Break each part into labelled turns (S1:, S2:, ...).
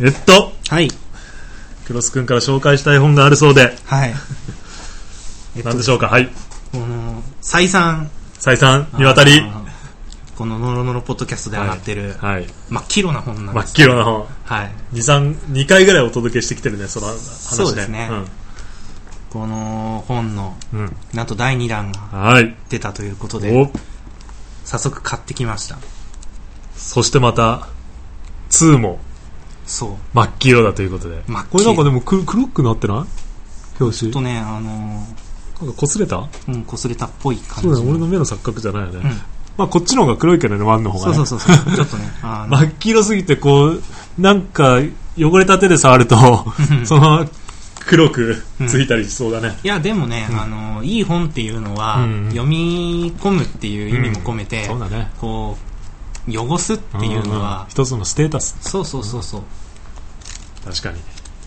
S1: えっと、
S2: はい。
S1: クロス君から紹介したい本があるそうで、
S2: はい。えっと
S1: 何でしょうか。はい。
S2: この、再三。
S1: 再三にわたり
S2: あ、の。このノロノロポッドキャストで上がってる、
S1: はい。
S2: 真っ黄色な本なん
S1: 真
S2: で
S1: っ
S2: す。
S1: 黄色な本。
S2: はい。
S1: 二三二回ぐらいお届けしてきてるね、その話ね。
S2: そうですねこの本の、
S1: うん。うん。
S2: なんと第2弾が
S1: はい。
S2: 出たということで、
S1: お
S2: 早速買ってきました。
S1: そしてまた、2も
S2: そう。
S1: 真っ黄色だということで。
S2: 真っ
S1: これ
S2: 黄
S1: なんかで
S2: 色。
S1: もく黒くなってない表
S2: ちょっと
S1: 紙。
S2: ね、あの
S1: なんか擦れた
S2: ー、うん、擦れたっぽい感じ
S1: そうだね、俺の
S2: の。
S1: 目の錯覚じゃないよね。
S2: うん
S1: まあこっちの方が黒いけどね、ワンの方が
S2: そう
S1: ね。
S2: そうそうそう。ちょっとね、 あの、
S1: 真っ黄色すぎて、こう、なんか、汚れた手で触 ると、そのまま黒くついたりしそうだね。
S2: いや、でもね、あの、いい本っていうの
S1: う
S2: は、
S1: ん
S2: 読み込むっていう意味も込めて、
S1: そうだね。
S2: こう、汚すっていうの
S1: ん
S2: は
S1: ん、一つのステータス。
S2: そうそうそうそう。
S1: 確かに。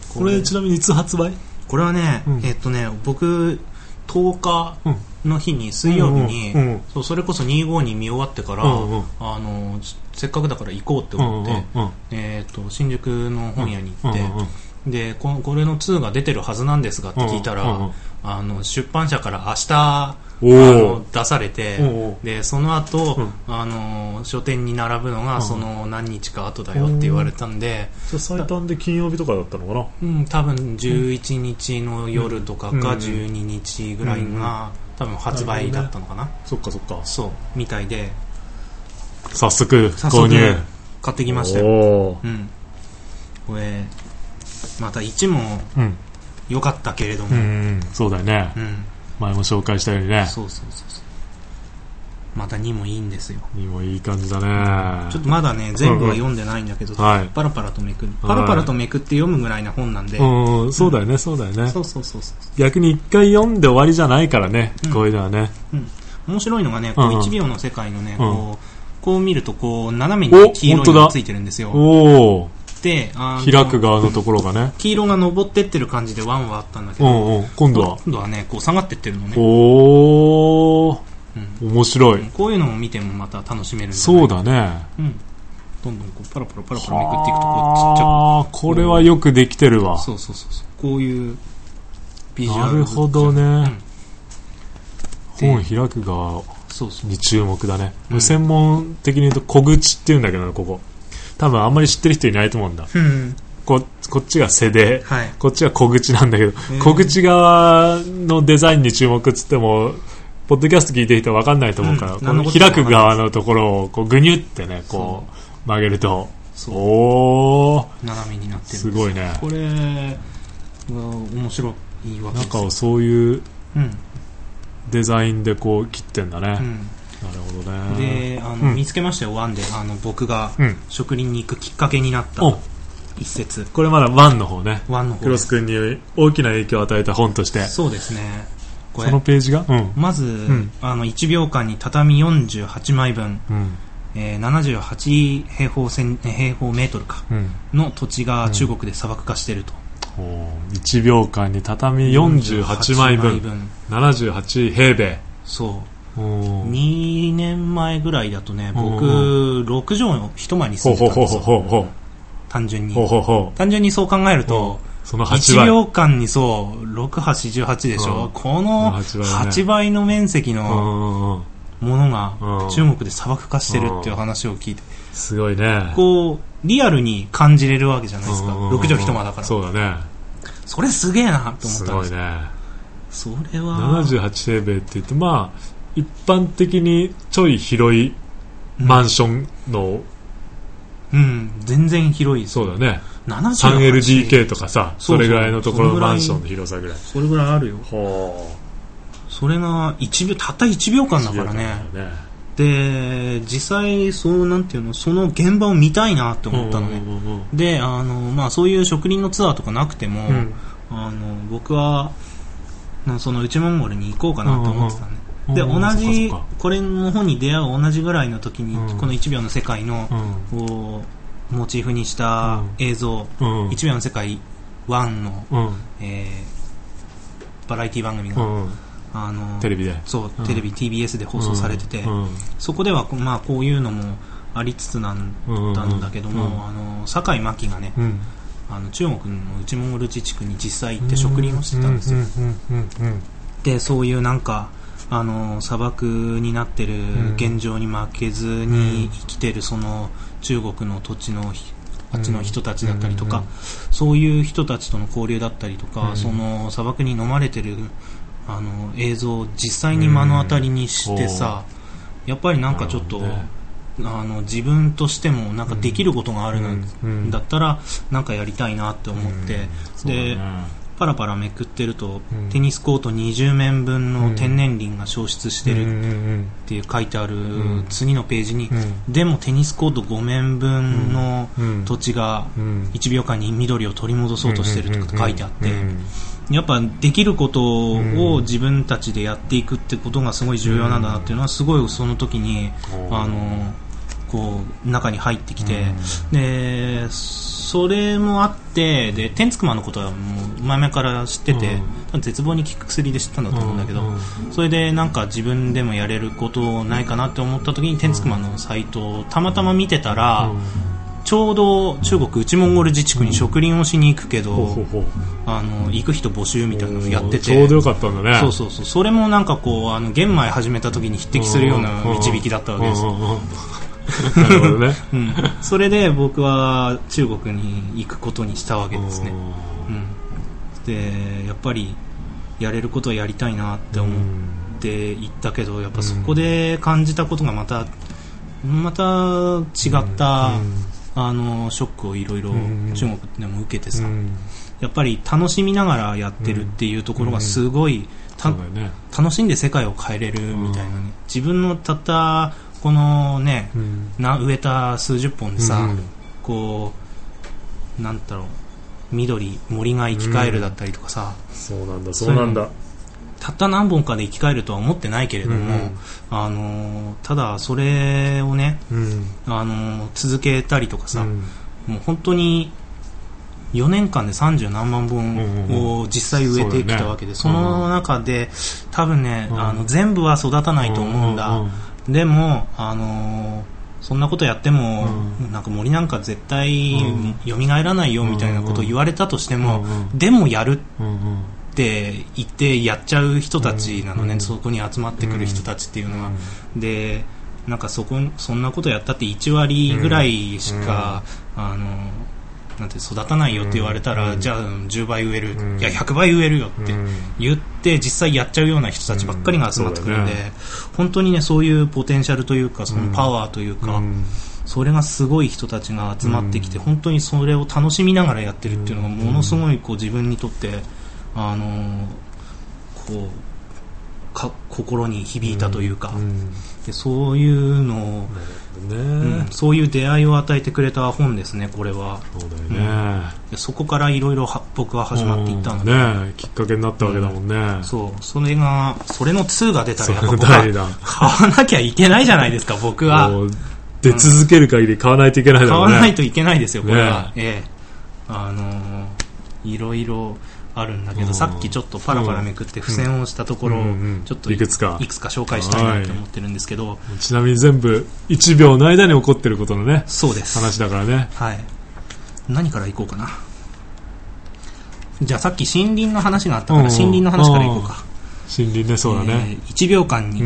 S1: こ
S2: これ
S1: れ、ちなみにいつ発売
S2: これはね、
S1: うん
S2: えっとね、僕、10日の日に、水曜日に、
S1: うんうん
S2: そうそれこそ252見終わってから、
S1: うんうん
S2: あの、せせっかくだから行こうって
S1: うん
S2: 思って、
S1: うんうん
S2: えっと、新宿の本屋に行って、
S1: うんうんうん
S2: でこの、これの2が出てるはずなんですがって聞いたら、
S1: うんうんうん
S2: あの、出版社から明日、
S1: お
S2: あ
S1: ー
S2: の出されて
S1: おうおう
S2: でその後、
S1: うん
S2: あの書店に並ぶの
S1: うん
S2: がその何日か後だよって言われたんで、
S1: じゃあ最短で金曜日とかだったのかな
S2: うん、多分11日の夜とかか
S1: うん
S2: 12日ぐらいが多分発売だったのかな、
S1: そっかそっか。
S2: そうみたいで
S1: 早速、
S2: 早
S1: 購
S2: 速
S1: 入。
S2: 買ってきましたよ、
S1: おー
S2: うん、これまた1も
S1: うん。
S2: 良かったけれども、
S1: う
S2: うん
S1: うんん。そうだよね。前も紹介したようにね。
S2: そうそうそうそうまた2もいいんですよ
S1: にもいい感じだね。
S2: ちょっとまだね全部は読んでないんだけど、
S1: はい。
S2: パラパラとめくるパラパラとめくって読むぐらいな本なんで、
S1: うん、そうだよね、そうだよね。
S2: そうそうそうそう
S1: 逆に一回読んで終わりじゃないからね、
S2: うん
S1: こういうのはね。
S2: 面白いのがね、こう
S1: うんうん
S2: 1秒の世界のね、
S1: うん
S2: こう、こう見ると、こう、斜めに黄色
S1: お本
S2: い
S1: 当
S2: の
S1: だ
S2: がついてるんですよ。
S1: おお
S2: で、あの
S1: 開く側のところがね。
S2: 黄色が上ってってる感じでワンはあったんだけ
S1: う
S2: ど、
S1: んうん、今度は。
S2: 今度はね、こう下がってってるのね。
S1: おお
S2: うん
S1: 面白い。
S2: こういうのを見てもまた楽しめるんじゃない
S1: そうだね。
S2: うん。どんどんこうパラパラパラパラめくっていくと、こうちっちゃ
S1: あーこれはよくできてるわ
S2: く。。そうそうそうそう。こういうビジュア
S1: な
S2: ル。
S1: るほど
S2: う
S1: ね
S2: ん。。で
S1: 本開く側
S2: そうそう。
S1: に注目だね。
S2: うん
S1: 専門的に言うと小口って言うんだけどね、ここ。多分あんまり知ってる人いないと思うんだ。
S2: うん。
S1: ここっちが背で、
S2: はい。
S1: こっちは小口なんだけど、
S2: ー
S1: 小口側のデザインに注目っつっても、ポッドキャスト聞いてる人は分かんないと思うから、
S2: うん
S1: こ
S2: 何の
S1: の
S2: ことか
S1: 開く側のところをこうぐにゅってね、こう曲げると、
S2: そう。
S1: おー、
S2: 斜めになってるんです
S1: す
S2: よ。
S1: ごいね。
S2: これは面白いわけです
S1: 中を
S2: よ。
S1: そういう
S2: うん。
S1: デザインでこう切ってんだね。
S2: う
S1: なる
S2: ん。
S1: ほどね。
S2: であ
S1: う
S2: の
S1: ん
S2: 見つけましたよ、ワンであの僕が
S1: うん
S2: 植林に行くきっかけになった
S1: お
S2: 一節、
S1: これまだワンの方ね。
S2: ワンの方
S1: ク
S2: で
S1: ロス
S2: す
S1: 君に大きな影響を与えた本として、
S2: そうですねこ
S1: そ
S2: れ
S1: のページがうん。
S2: まず、
S1: ん
S2: あの1秒間に畳48枚分、
S1: うん。
S2: えー78平方セン平方メートルか
S1: うん。
S2: の土地が中国で砂漠化していると、
S1: おー1秒間に畳48枚分。78平米。
S2: そ
S1: お
S2: う
S1: ー
S2: 2年前ぐらいだとね僕
S1: うん
S2: 6畳の一間に
S1: ほ
S2: 住
S1: うんほう
S2: でた
S1: ほ
S2: ん
S1: う
S2: です
S1: ほう
S2: よ
S1: ほうほう。
S2: 単純に
S1: ほうほうほ
S2: 単純にそう考えると、
S1: う。その8
S2: 1
S1: 倍。
S2: 秒間にそう、6、8、18でしょ、
S1: うん
S2: この
S1: 8倍だね
S2: 8倍の面積
S1: うんう
S2: の
S1: んうん。
S2: ものが
S1: うん
S2: 中国で砂漠化してるっていう話を聞いて、
S1: すごいね。
S2: こう、リアルに感じれるわけじゃないですか。
S1: うんうんうん
S2: 6畳一間だから。
S1: そうだね。
S2: それすげえなと思
S1: す
S2: ったん
S1: ご
S2: で
S1: い
S2: す。
S1: ね。
S2: それは、
S1: 78平米って言って、まあ、一般的にちょい広いマンションの、
S2: うん、全然広いです。
S1: そうだね。
S2: 78
S1: 3LDK とかさ、
S2: そ
S1: そう
S2: そう
S1: れぐらいのところ
S2: そ
S1: の
S2: のぐらい
S1: マンションの広さぐらい。
S2: それぐらいあるよ。
S1: ほ
S2: それが一秒、たった1秒間だからね。で、実際、そう、なんていうの、その現場を見たいなって思ったのね。
S1: ね。
S2: であの、まあ、そういう植林のツアーとかなくても、
S1: うん
S2: あの僕はなその内モンゴルに行こうかなと思ってたね、
S1: うんうん
S2: で
S1: う
S2: 同
S1: んそっ
S2: じ
S1: かそっか
S2: これの本に出会う同じぐらいの時に、
S1: うん
S2: この1秒の世界の
S1: う、
S2: をモチーフにした映
S1: ん。
S2: 像、
S1: うん。
S2: 1秒の世界1の、
S1: うん。
S2: えーバラエティ番組
S1: う
S2: が、
S1: ん。うん
S2: あの
S1: テレビで。
S2: そう
S1: うん
S2: テレビ、TBS で放送されてて、
S1: うん
S2: そこでは、まあ、こういうのもありつつなん
S1: うん。
S2: だんだけども、あの酒井真紀がね、
S1: うん。うん。
S2: あの中国の内モンゴル自治区に実際行って植林をしてたんですよ、でそういうなんかあの砂漠になってる現状に負けずに生きてるその中国の土地のあっちの人たちだったりとか、そういう人たちとの交流だったりとか、その砂漠に飲まれてるあの映像を実際に目の当たりにしてさ、やっぱりなんかちょっと、あの自分としてもなんかできることがあるんだったらなんかやりたいなって思って、でパラパラめくってると、テニスコート20面分の天然林が消失してるっていう書いてある次のページに、でもテニスコート5面分の土地が1秒間に緑を取り戻そうとしてるとか書いてあって。やっぱできることを自分たちでやっていくってことがすごい重要なんだなっていうのはすごいその時にあのこう中に入ってきて、うん、でそれもあってで天竺マのことはもう前々から知ってて、うん、絶望に効く薬で知ったんだと思うんだけど、うん、それでなんか自分でもやれることないかなって思った時に天竺マのサイトをたまたま見てたら。ちょうど中国内モンゴル自治区に植林をしに行くけど、あの行く人募集みたいなのをやってて
S1: ちょうどよかったんだね
S2: そうそうそうそれもなんかこうあの玄米始めた時に匹敵するような導きだったわけです
S1: なるほどね、
S2: うん、それで僕は中国に行くことにしたわけですね、うん、でやっぱりやれることはやりたいなって思って行ったけどやっぱそこで感じたことがまたまた違った、あのショックをいろいろ中国でも受けてさ、やっぱり楽しみながらやってるっていうところがすごい、楽しんで世界を変えれるみたいなね、自分のたったこのね、な植えた数十本でさ、こうなんだろう緑森が生き返るだったりとかさ、
S1: そうなんだそうなんだ
S2: たった何本かで生き返るとは思ってないけれども、うん、あのただ、それをね、うん、あの続けたりとかさ、うん、もう本当に4年間で30何万本を実際植えてきたわけで、その中で多分ね、あの全部は育たないと思うんだ、でも、あのそんなことやっても、なんか森なんか絶対蘇らないよみたいなことを言われたとしても、でもやる。って言ってやっちゃう人たちなのね、うん、そこに集まってくる人たちっていうのは、うん、でなんかそこそんなことやったって1割ぐらいしか、うん、あのなんて育たないよって言われたら、じゃあ10倍植える、いや100倍植えるよって言って実際やっちゃうような人たちばっかりが集まってくるんで、ね、本当にねそういうポテンシャルというかそのパワーというか。それがすごい人たちが集まってきて、本当にそれを楽しみながらやってるっていうのがものすごいこう自分にとってあのー、こうか心に響いたというか、うん、でそういうのを、ね、うん、そういう出会いを与えてくれた本ですね、これは。
S1: そうだよね、
S2: うん、そこからいろいろ僕は始まっていったんだけ
S1: ど、ね、きっかけになったわけだもんね、
S2: そうそれがそれの2が出たらやっぱ僕は買わなきゃいけないじゃないですか、僕は。
S1: 出続ける限り買わないといけないだ
S2: ろう、ね、買わないといけないですよ、これは。ええ、あのー、いろいろあるんだけど、さっきちょっとパラパラめくって付箋をしたところ、ちょっと
S1: いくつか
S2: 紹介したいなと思ってるんですけど、
S1: ちなみに全部1秒の間に起こってることのね
S2: そうです
S1: 話だからね、
S2: はい、何からいこうかなじゃあさっき森林の話があったから森林の話からいこうか
S1: 森林ねそうだね、、
S2: え1秒間に、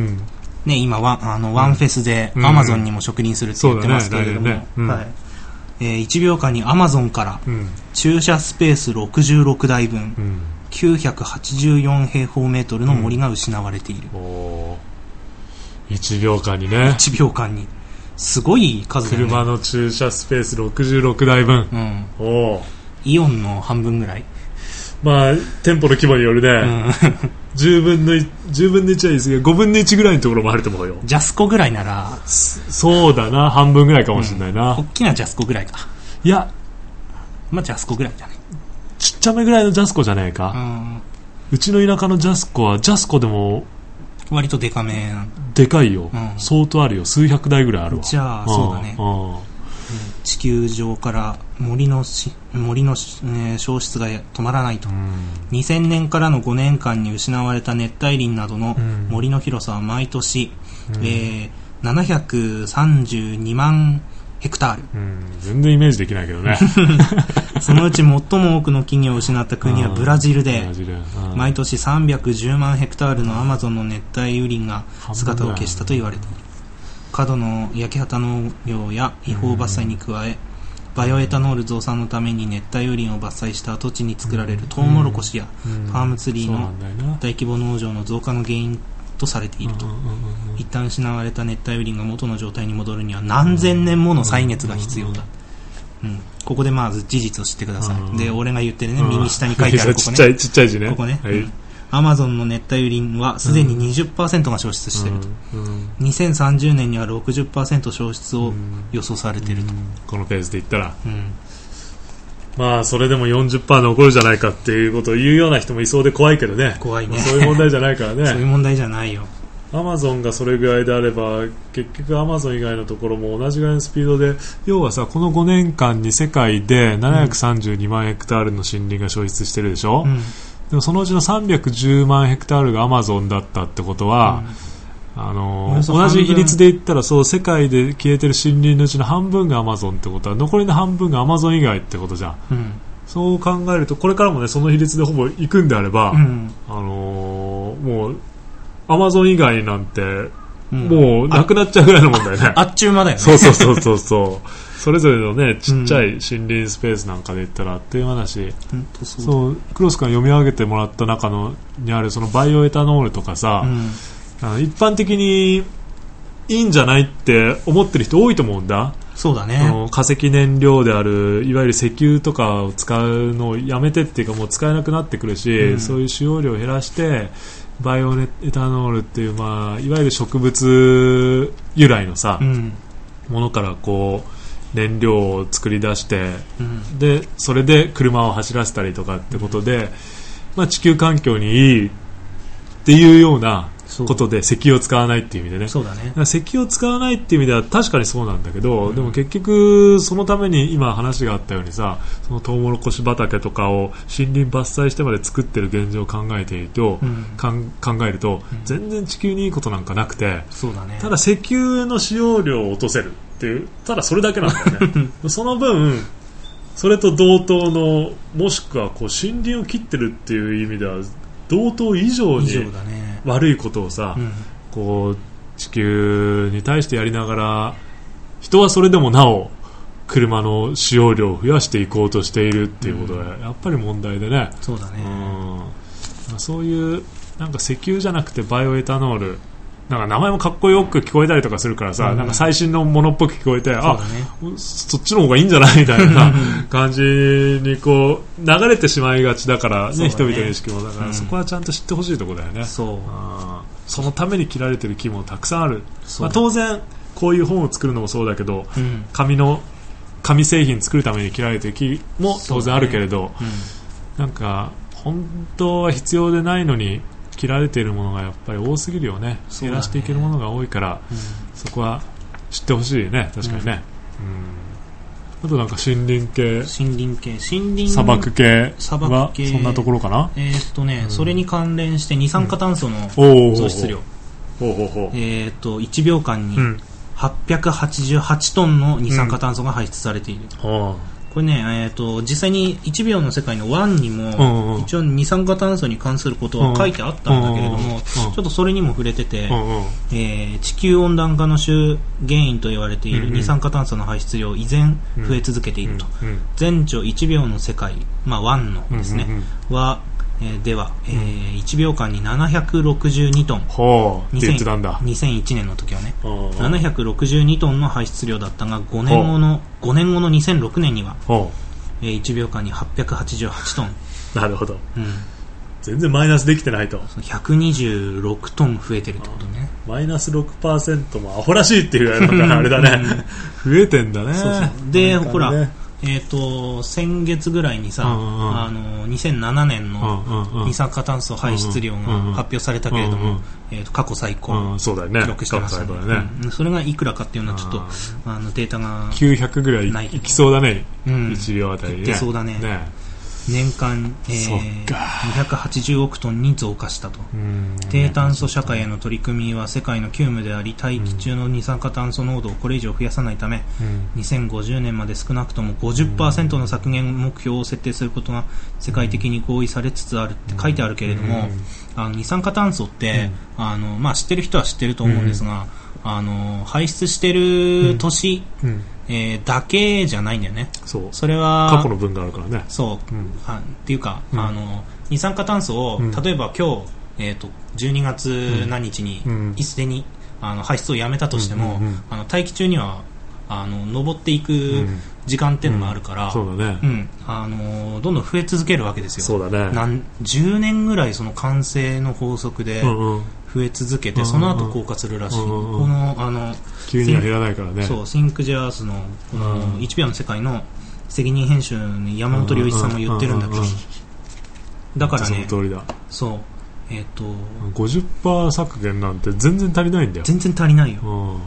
S2: ね、今ワあのワンフェスでアマゾンにも植林するって言ってますけれども、はいえー、1秒間にアマゾンから駐車スペース66台分、うん、984平方メートルの森が失われている、うん
S1: 1秒間にね
S2: 1秒間にすごい数だ、ね、
S1: 車の駐車スペース66台分、
S2: うん、イオンの半分ぐらい
S1: まあ店舗の規模によるね、うん、10分の1分の1はいいですけど5分の1ぐらいのところもあると思うよ
S2: ジャスコぐらいなら
S1: そうだな半分ぐらいかもしれないな、
S2: うん、大きなジャスコぐらいか
S1: いや
S2: まあジャスコぐらいだね
S1: ちっちゃめぐらいのジャスコじゃないか、うん、うちの田舎のジャスコはジャスコでも
S2: 割とでかめ
S1: でかいよ、うん、相当あるよ数百台ぐらいあるわ
S2: じゃあそうだね、地球上から森のし森の、ね、消失が止まらないと、うん、2000年からの5年間に失われた熱帯林などの森の広さは毎年、うん、えー、732万ヘクタール、
S1: うん、全然イメージできないけどね
S2: そのうち最も多くの企業を失った国はブラジ
S1: ブ
S2: ルで
S1: ラ、ジル。
S2: 毎年310万ヘクタールのアマゾンの熱帯雨林が姿を消したと言われている過度の焼き畑農業や違法伐採に加えバイオエタノール増産のために熱帯雨林を伐採した土地に作られるトウモロコシや
S1: フ
S2: ファームツリーの
S1: そうなんだよな。
S2: 大規模農場の増加の原因とされていると
S1: うんうんうんうん
S2: 一旦失われた熱帯雨林が元の状態に戻るには何千年もの歳月が必要だ、うん、ここでまず事実を知ってくださ
S1: う
S2: い
S1: ん
S2: で俺が言ってるね
S1: うん
S2: 右下に書いて あるこ
S1: ち
S2: こ
S1: っちゃ
S2: ね
S1: い、ちっちゃい字ね。
S2: ここね
S1: はい。
S2: アマゾンの熱帯雨林はすでに20%が消失してると、
S1: うんうん
S2: 2030年には60%消失を
S1: うん
S2: 予想されていると、
S1: このペースで言ったら。
S2: うん
S1: まあ、それでも40%残るじゃないかっていうことを言うような人もいそうで怖いけどね。
S2: 怖いね
S1: そういう問題じゃないから
S2: そうい
S1: ね。
S2: う問題じゃないよ
S1: アマゾンがそれぐらいであれば、結局アマゾン以外のところも同じぐらいのスピードで、要はさ、この5年間に世界で732万ヘクタールの森林が消失してるでしょ、
S2: うん
S1: でもそのうちの310万ヘクタールがアマゾンだったってことは、あ
S2: お
S1: の
S2: よそ半
S1: 同
S2: 分
S1: じ比率で言ったらそう世界で消えてる森林のうちの半分がアマゾンってことは残りの半分がアマゾン以外ってことじゃん
S2: うんうん
S1: そう考えるとこれからもねその比率でほぼ行くんであれば、
S2: うん
S1: あのーもうアマゾン以外なんて
S2: うん
S1: もうなくなっちゃうぐらいの問題 ね
S2: あっちゅう間だよね
S1: そうそうそうそうそうそれぞれのねちっちゃい森林スペースなんかで言ったらあっという間だし、
S2: ほんとそう
S1: そうクロスから読み上げてもらった中のにあるそのバイオエタノールとかさ、
S2: うん
S1: あの一般的にいいんじゃないって思ってる人多いと思うんだ、
S2: そうだ
S1: あ
S2: ね
S1: の化石燃料であるいわゆる石油とかを使うのをやめてっていうかもう使えなくなってくるし、
S2: うん
S1: そういう使用量を減らしてバイオエタノールっていう、まあ、いわゆる植物由来のさ、
S2: うん
S1: ものからこう燃料を作り出して
S2: うん
S1: でそれで車を走らせたりとかってことで、まあ、地球環境にいいっていうような
S2: そう
S1: ことで石油を使わないっていう意味でね
S2: そうだね
S1: だから石油を使わないっていう意味では確かにそうなんだけど、
S2: うん
S1: でも結局そのために今話があったようにさそのトウモロコシ畑とかを森林伐採してまで作ってる現状を考えていると、
S2: うん
S1: かん考えると
S2: うん
S1: 全然地球にいいことなんかなくて
S2: そうだね
S1: ただ石油の使用量を落とせるっていうただそれだけなんだよね その分それと同等のもしくはこう森林を切ってるっていう意味では同等以上
S2: 以上
S1: に
S2: だね
S1: 悪いことをさ、
S2: うん
S1: こう地球に対してやりながら人はそれでもなお車の使用量を増やしていこうとしているっていうことで、やっぱり問題でね、
S2: そうだね
S1: うん、そういうなんか石油じゃなくてバイオエタノールなんか名前もかっこよく聞こえたりとかするからさ、
S2: うん
S1: なんか最新のものっぽく聞こえて、
S2: そう
S1: あ
S2: だね
S1: そっちの方がいいんじゃないみたいな感じにこう流れてしまいがちだから、ね
S2: そうだね
S1: 人々の意識もだから、
S2: うん
S1: そこはちゃんと知ってほしいところだよね、
S2: そう
S1: あーそのために切られてる木もたくさんある、
S2: そ
S1: ま
S2: う
S1: あ、当然こういう本を作るのもそうだけど
S2: うん
S1: 紙の紙製品作るために切られてる木も当然あるけれど、
S2: うん
S1: なんか本当は必要でないのに切られているものがやっぱり多すぎるよね
S2: そう
S1: 減
S2: だね
S1: らしていけるものが多いからそこは知ってほしいね確かにね、うんあとなんか森林系
S2: 森林系森林
S1: 砂漠系
S2: 砂
S1: は
S2: 漠系
S1: そんなところかな
S2: えーっとね、
S1: うん
S2: それに関連して二酸化炭素の
S1: おお
S2: 増出量、
S1: ほうほうほう
S2: えーっと1秒間に
S1: うん
S2: 888トンの二酸化炭素が排出されている、
S1: あ
S2: これね、えーっと実際に1秒の世界の1に
S1: うんうん
S2: も一応二酸化炭素に関することは書いてあったんだけれど
S1: うんうんう
S2: も、
S1: ん
S2: ちょっとそれにも触れてて、
S1: ーうんうん
S2: えー地球温暖化の主原因と言われてい
S1: うん
S2: る
S1: うん
S2: 二酸化炭素の排出量依然増え続けていると、
S1: うん
S2: 全長1秒の世界、まあ、1の
S1: うん
S2: ですね、
S1: うんうん
S2: は、えーでは、えー1秒間に762トン
S1: ほうって言ってたんだ
S2: 2001年の時はね
S1: うんうん
S2: 762トンの排出量だったが5年後の5年後の2006年には、
S1: ほ
S2: え1秒間に888トン、
S1: うなるほど
S2: うん、
S1: 全然マイナスできてないと
S2: その126トン増えてるってことね
S1: マイナス6%もアホらしいっていうぐらいだからあれだね増えてんだね
S2: そうそうで
S1: 本当にね
S2: えー、と先月ぐらいにさ、
S1: うんうんうん
S2: あの2007年の
S1: うんうんうん
S2: 二酸化炭素排出量が発表されたけれど
S1: うんうん
S2: も、えー、と過去最
S1: う
S2: 高
S1: んそうだよね
S2: 記録してます
S1: 過去
S2: の
S1: 最高
S2: で
S1: だね
S2: うんそれがいくらかっていうのはちょっと
S1: あ
S2: あのデータが、
S1: 900ぐらい
S2: ないけ
S1: い
S2: ど
S1: きそうだね
S2: うん、
S1: 1秒あたりね
S2: いってそうだね
S1: ね
S2: 年間、え
S3: そっ
S2: ー、
S3: か
S2: 280億トンに増加したと
S3: うん
S2: 低炭素社会への取り組みは世界の急務であり大気中の二酸化炭素濃度をこれ以上増やさないため
S3: うん
S2: 2050年まで少なくとも50%の削減目標を設定することが世界的に合意されつつあるって書いてあるけれども、あの二酸化炭素って、あのまあ、知ってる人は知ってると思うんですが、あの排出してる年、
S3: うんうん
S2: えーだけじゃないんだよね。
S1: そう
S2: それは
S1: 過去の分があるからね
S2: そう、
S3: うん
S2: あっていうか、
S3: うん
S2: あの二酸化炭素を、
S3: うん
S2: 例えば今日、えー、と12月何日に、
S3: うん
S2: 一斉にあの排出をやめたとして
S3: うん
S2: も、
S3: うんうん
S2: あの大気中にはあの登っていく
S3: うん
S2: 時間っていうのもあるから、うん
S1: そうだね、
S2: あのどんどん増え続けるわけですよ。
S1: そうだね
S2: なん10年ぐらいその完成の法則で
S1: うんうん、
S2: 増え続けて、
S1: うんうん
S2: その後降下するらしい、
S1: うんうんうん
S2: このあの
S1: 急には減らないからね
S2: そう、シンクジェアースの、
S1: う
S2: この、
S1: ん
S2: 1秒の世界の責任編集に山本良一さんも言ってるんだけど
S1: ううう、
S2: だから
S1: そ
S2: ね
S1: の、通りだ
S2: そう、えっと、
S1: 50%削減なんて全然足りないんだよ
S2: 全然足りないよ
S1: うん。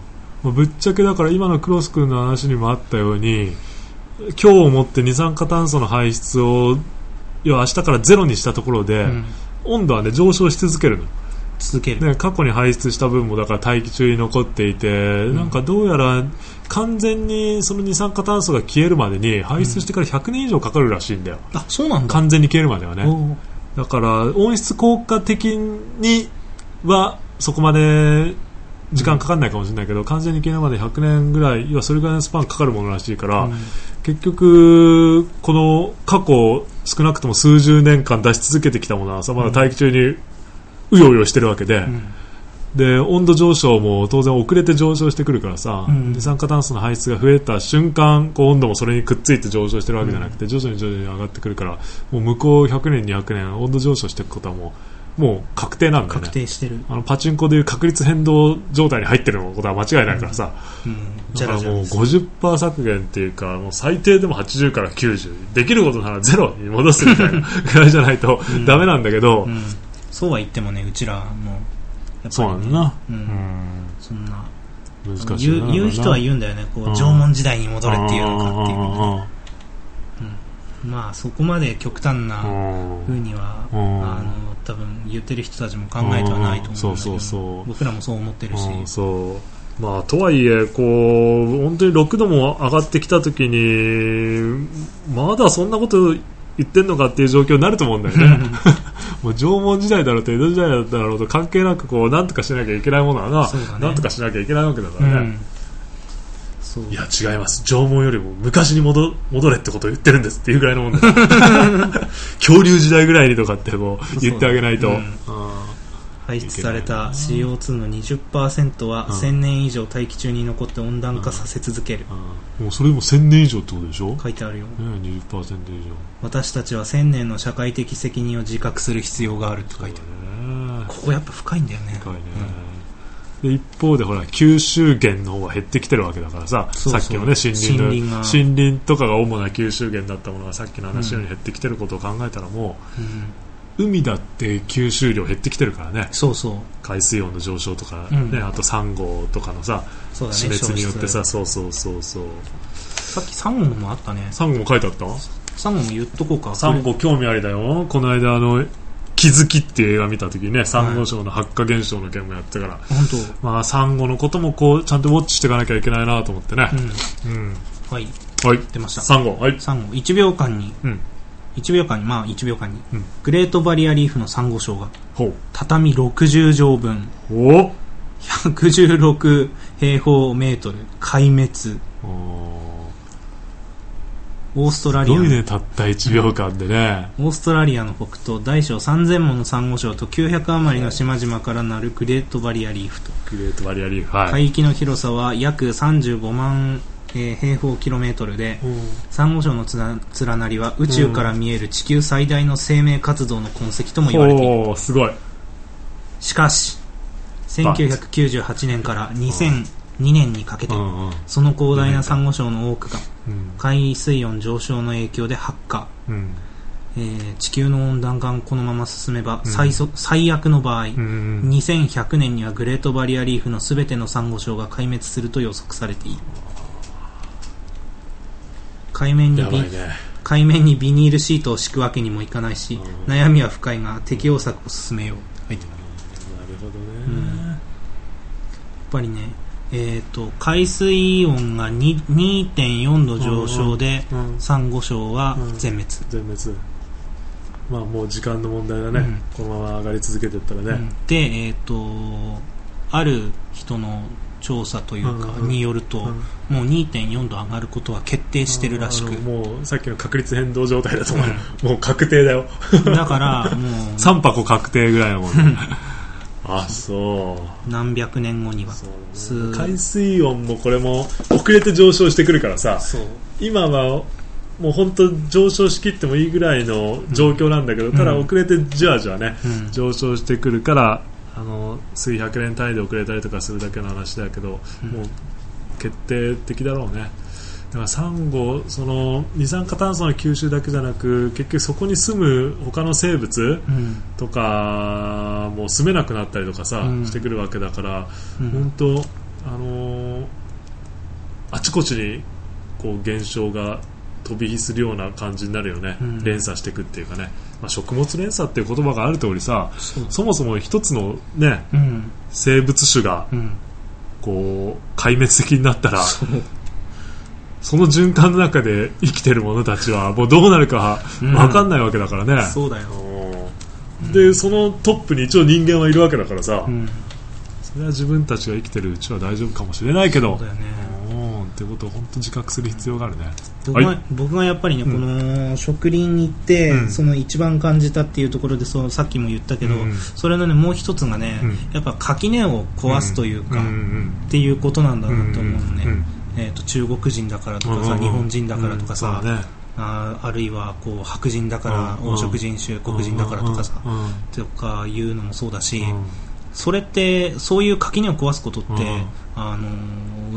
S1: まあぶっちゃけだから今のクロス君の話にもあったように今日をもって二酸化炭素の排出を要は明日からゼロにしたところで、
S2: うん
S1: 温度は、ね、上昇し続けるの
S2: 続ける。
S1: ね、過去に排出した分もだから大気中に残っていて、
S2: ん
S1: なんかどうやら完全にその二酸化炭素が消えるまでに排出してから100年以上かかるらしいんだよ、
S2: あ、そうなんだ。
S1: 完全に消えるまでは
S2: お
S1: ね
S2: ー
S1: だから温室効果的にはそこまで時間かかんないかもしれないけど、完全に消えるまで100年ぐらい要はそれぐらいのスパンかかるものらしいから、
S2: うん
S1: 結局、この過去少なくとも数十年間出し続けてきたものはさまだ大気中にうようよしてるわけで。
S2: うん
S1: で温度上昇も当然遅れて上昇してくるからさ、
S2: うん
S1: 二酸化炭素の排出が増えた瞬間こう温度もそれにくっついて上昇してるわけじゃなくて、徐々に徐々に上がってくるからもう向こう100年、200年温度上昇していくことはもうもう確定なんだよ
S2: 確
S1: ね
S2: 定してる。
S1: あのパチンコでいう確率変動状態に入ってるのことは間違いないからさ、
S2: うんじ
S1: だから
S2: ゃ
S1: ら
S2: じゃら
S1: もう
S2: です
S1: 50%削減っていうかもう最低でも80から90できることならゼロに戻すみたいなぐらいじゃないと
S2: ん
S1: ダメなんだけど、
S2: うんそうは言ってもね、うちらも、やっぱりね
S1: そうなんだな、
S2: うんそんな、
S1: うん難しい
S2: 言
S1: な
S2: う言う人は言うんだよね、こう、縄文時代に戻れっていうのかっ
S1: う
S2: て
S1: んうんうんうん
S2: いう。まあ、そこまで極端な、ふう
S1: う
S2: には、
S1: うん
S2: あの多分言ってる人たちも考えてはないと思うんだけど、
S1: うんそうそうそう
S2: 僕らもそう思ってるし、
S1: ん、そうまあ、とはいえこう本当に6度も上がってきた時にまだそんなこと言ってんのかっていう状況になると思うんだよねもう縄文時代だろうと江戸時代だったろうと関係なくこうなんとかしなきゃいけないものはな,、
S2: そうだね
S1: なんとかしなきゃいけないわけだか
S2: う
S1: ら
S2: ん
S1: ね、
S2: そう
S1: いや違います縄文よりも昔に戻戻れってことを言ってるんですっていうぐらいのもんだ恐竜時代ぐらいにとかってもう言ってあげないと。
S2: うん
S1: うん
S2: 排出された CO2 の20%は
S1: うん
S2: 1000年以上大気中に残って温暖化させ続ける、
S1: もうそれでも1000年以上ってことでしょ、ね、
S2: 書いてあるよ
S1: 20%以上
S2: 私たちは1000年の社会的責任を自覚する必要があるって書いてある
S1: ね
S2: ここやっぱ深いんだよね
S1: 深いね、で一方でほら吸収源の方が減ってきてるわけだからさ
S2: そうそう
S1: さっきのね森林の
S2: 森林が
S1: 林とかが主な吸収源だったものがさっきの話のように減ってきてることを考えたらも
S2: うん
S1: う海だって吸収量減ってきてるからね
S2: そうそう
S1: 海水温の上昇とか、
S2: うん
S1: ねあとサンゴとかのさ
S2: そうだね
S1: 死滅によって
S2: 消
S1: さそうそうそうそう
S2: 失さっきサンゴもあったね
S1: サンゴも書いてあった
S2: サンゴも言っとこうか
S1: サンゴ興味ありだよこの間あの気づきっていう映画見た時ねサンゴ礁の発火現象の件もやってから、
S2: 本当
S1: まあサンゴのこともこうちゃんとウォッチしていかなきゃいけないなと思ってね
S2: う、ん
S1: うん
S2: はい
S1: はい
S2: 出ました
S1: サンゴはい
S2: サンゴ1秒間に、
S1: うん
S2: 1秒間にまあ1秒間に、
S1: うん
S2: グレートバリアリーフのサンゴ礁が
S1: ほう
S2: 畳60畳分
S1: お
S2: 116平方メートル壊滅
S1: お
S2: オーストラ
S1: す
S2: リア
S1: ごい
S2: の
S1: ねたった1秒間でね、
S2: オーストラリアの北東大小3000ものサンゴ礁と900余りの島々からなるグレートバリアリーフと
S1: グレートバリアリーフはい、
S2: 海域の広さは約35万、えー平方キロメートルで
S1: うん
S2: サンゴ礁のつな連なりは宇宙から見える地球最大の生命活動の痕跡とも言われている
S1: おーすごい
S2: しかし1998年から2002年にかけて
S1: うんうん
S2: その広大なサンゴ礁の多くが
S1: うん
S2: 海水温上昇の影響で発火、
S1: うん
S2: えー地球の温暖化がこのまま進めば最速最悪の場合、
S1: うん
S2: 2100年にはグレートバリアリーフの全てのサンゴ礁が壊滅すると予測されている海面に
S1: やばい
S2: び
S1: ね
S2: 海面にビニールシートを敷くわけにもいかないし
S1: うん
S2: 悩みは深いが適応策を進めようって書いてあ
S1: な
S2: る
S1: るほど
S2: うん
S1: ね、
S2: やっぱりね、えー、と海水温がに2.4度上昇で、
S1: うん
S2: サンゴ礁は全滅、
S1: 全滅まあもう時間の問題だね、
S2: うん
S1: このまま上がり続けていったらね、
S2: うんで、えー、とある人の調査というか
S1: うんうん
S2: によると、
S1: うん
S2: もう2.4度上がることは決定してるらしく、
S1: あのもうさっきの確率変動状態だと思う、もう確定だよ
S2: うんだからもう
S1: 3箱確定ぐらいのもん、ね、あそう
S2: 何百年後には
S1: そ
S2: す
S1: う、ね、海水温もこれも遅れて上昇してくるからさ
S2: そう
S1: 今はもう本当上昇しきってもいいぐらいの状況なんだけど、
S2: ん
S1: ただ遅れてじわじわね、
S2: うん
S1: 上昇してくるからあの数百年単位で遅れたりとかするだけの話だけど、
S2: うん
S1: もう決定的だろうねだからサンゴその二酸化炭素の吸収だけじゃなく結局そこに住む他の生物
S2: うん
S1: とかも住めなくなったりとかさ、
S2: うん
S1: してくるわけだから
S2: うん
S1: 本当あのーあちこちにこう現象が飛び火するような感じになるよね、
S2: うん
S1: 連鎖していくっていうかね、まあ、食物連鎖っていう言葉がある通りさ
S2: そう
S1: そもそも一つの、ね、
S2: うん
S1: 生物種が
S2: うん
S1: こう壊滅的になったら
S2: そう
S1: その循環の中で生きてる者たちはもうどうなるか
S2: うん
S1: 分かんないわけだからね、
S2: そうだよ、
S1: うんでそのトップに一応人間はいるわけだからさ、
S2: うん、
S1: それは自分たちが生きてるうちは大丈夫かもしれないけ
S2: そ
S1: ど
S2: うだよね、
S1: うんってことを本当自覚する必要があるね。
S2: 僕が
S1: はい
S2: 僕がやっぱりね、この植林に行って、
S1: うん
S2: その一番感じたっていうところでそうさっきも言ったけど、
S1: うん
S2: それの、ね、もう一つがね、
S1: うん
S2: やっぱ垣根を壊すというか、っていうことなんだなと思うのね、えー、と中国人だからとかさ、日本人だからとかさ、あーあるいはこう白人だから、
S1: うん
S2: 黄色人種黒人だからとかさ、
S1: うんうんうん
S2: とかいうのもそうだし、
S1: うん
S2: それってそういう垣根を壊すことって、
S1: うん
S2: あの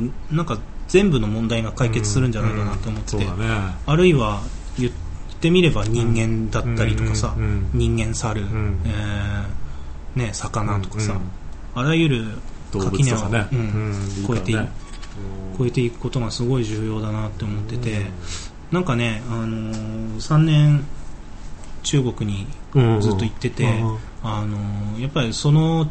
S2: ーなんか全部の問題が解決するんじゃないかなと思ってて、
S1: うんそうだね
S2: あるいは言ってみれば人間だったりとかさ、
S1: うんうん
S2: 人間猿、
S1: ん
S2: えーね、魚とかさ、
S1: うんうん
S2: あらゆる
S1: 動
S2: 垣
S1: 物
S2: 根
S1: と
S2: を
S1: かね、
S2: うん
S1: うん
S2: 越えて
S1: い
S2: い
S1: いからね
S2: 越えていくことがすごい重要だなって思ってて、
S1: うん
S2: なんかね、あのー3年中国に
S1: うん
S2: ずっと行ってて、
S1: うん
S2: あのーやっぱりその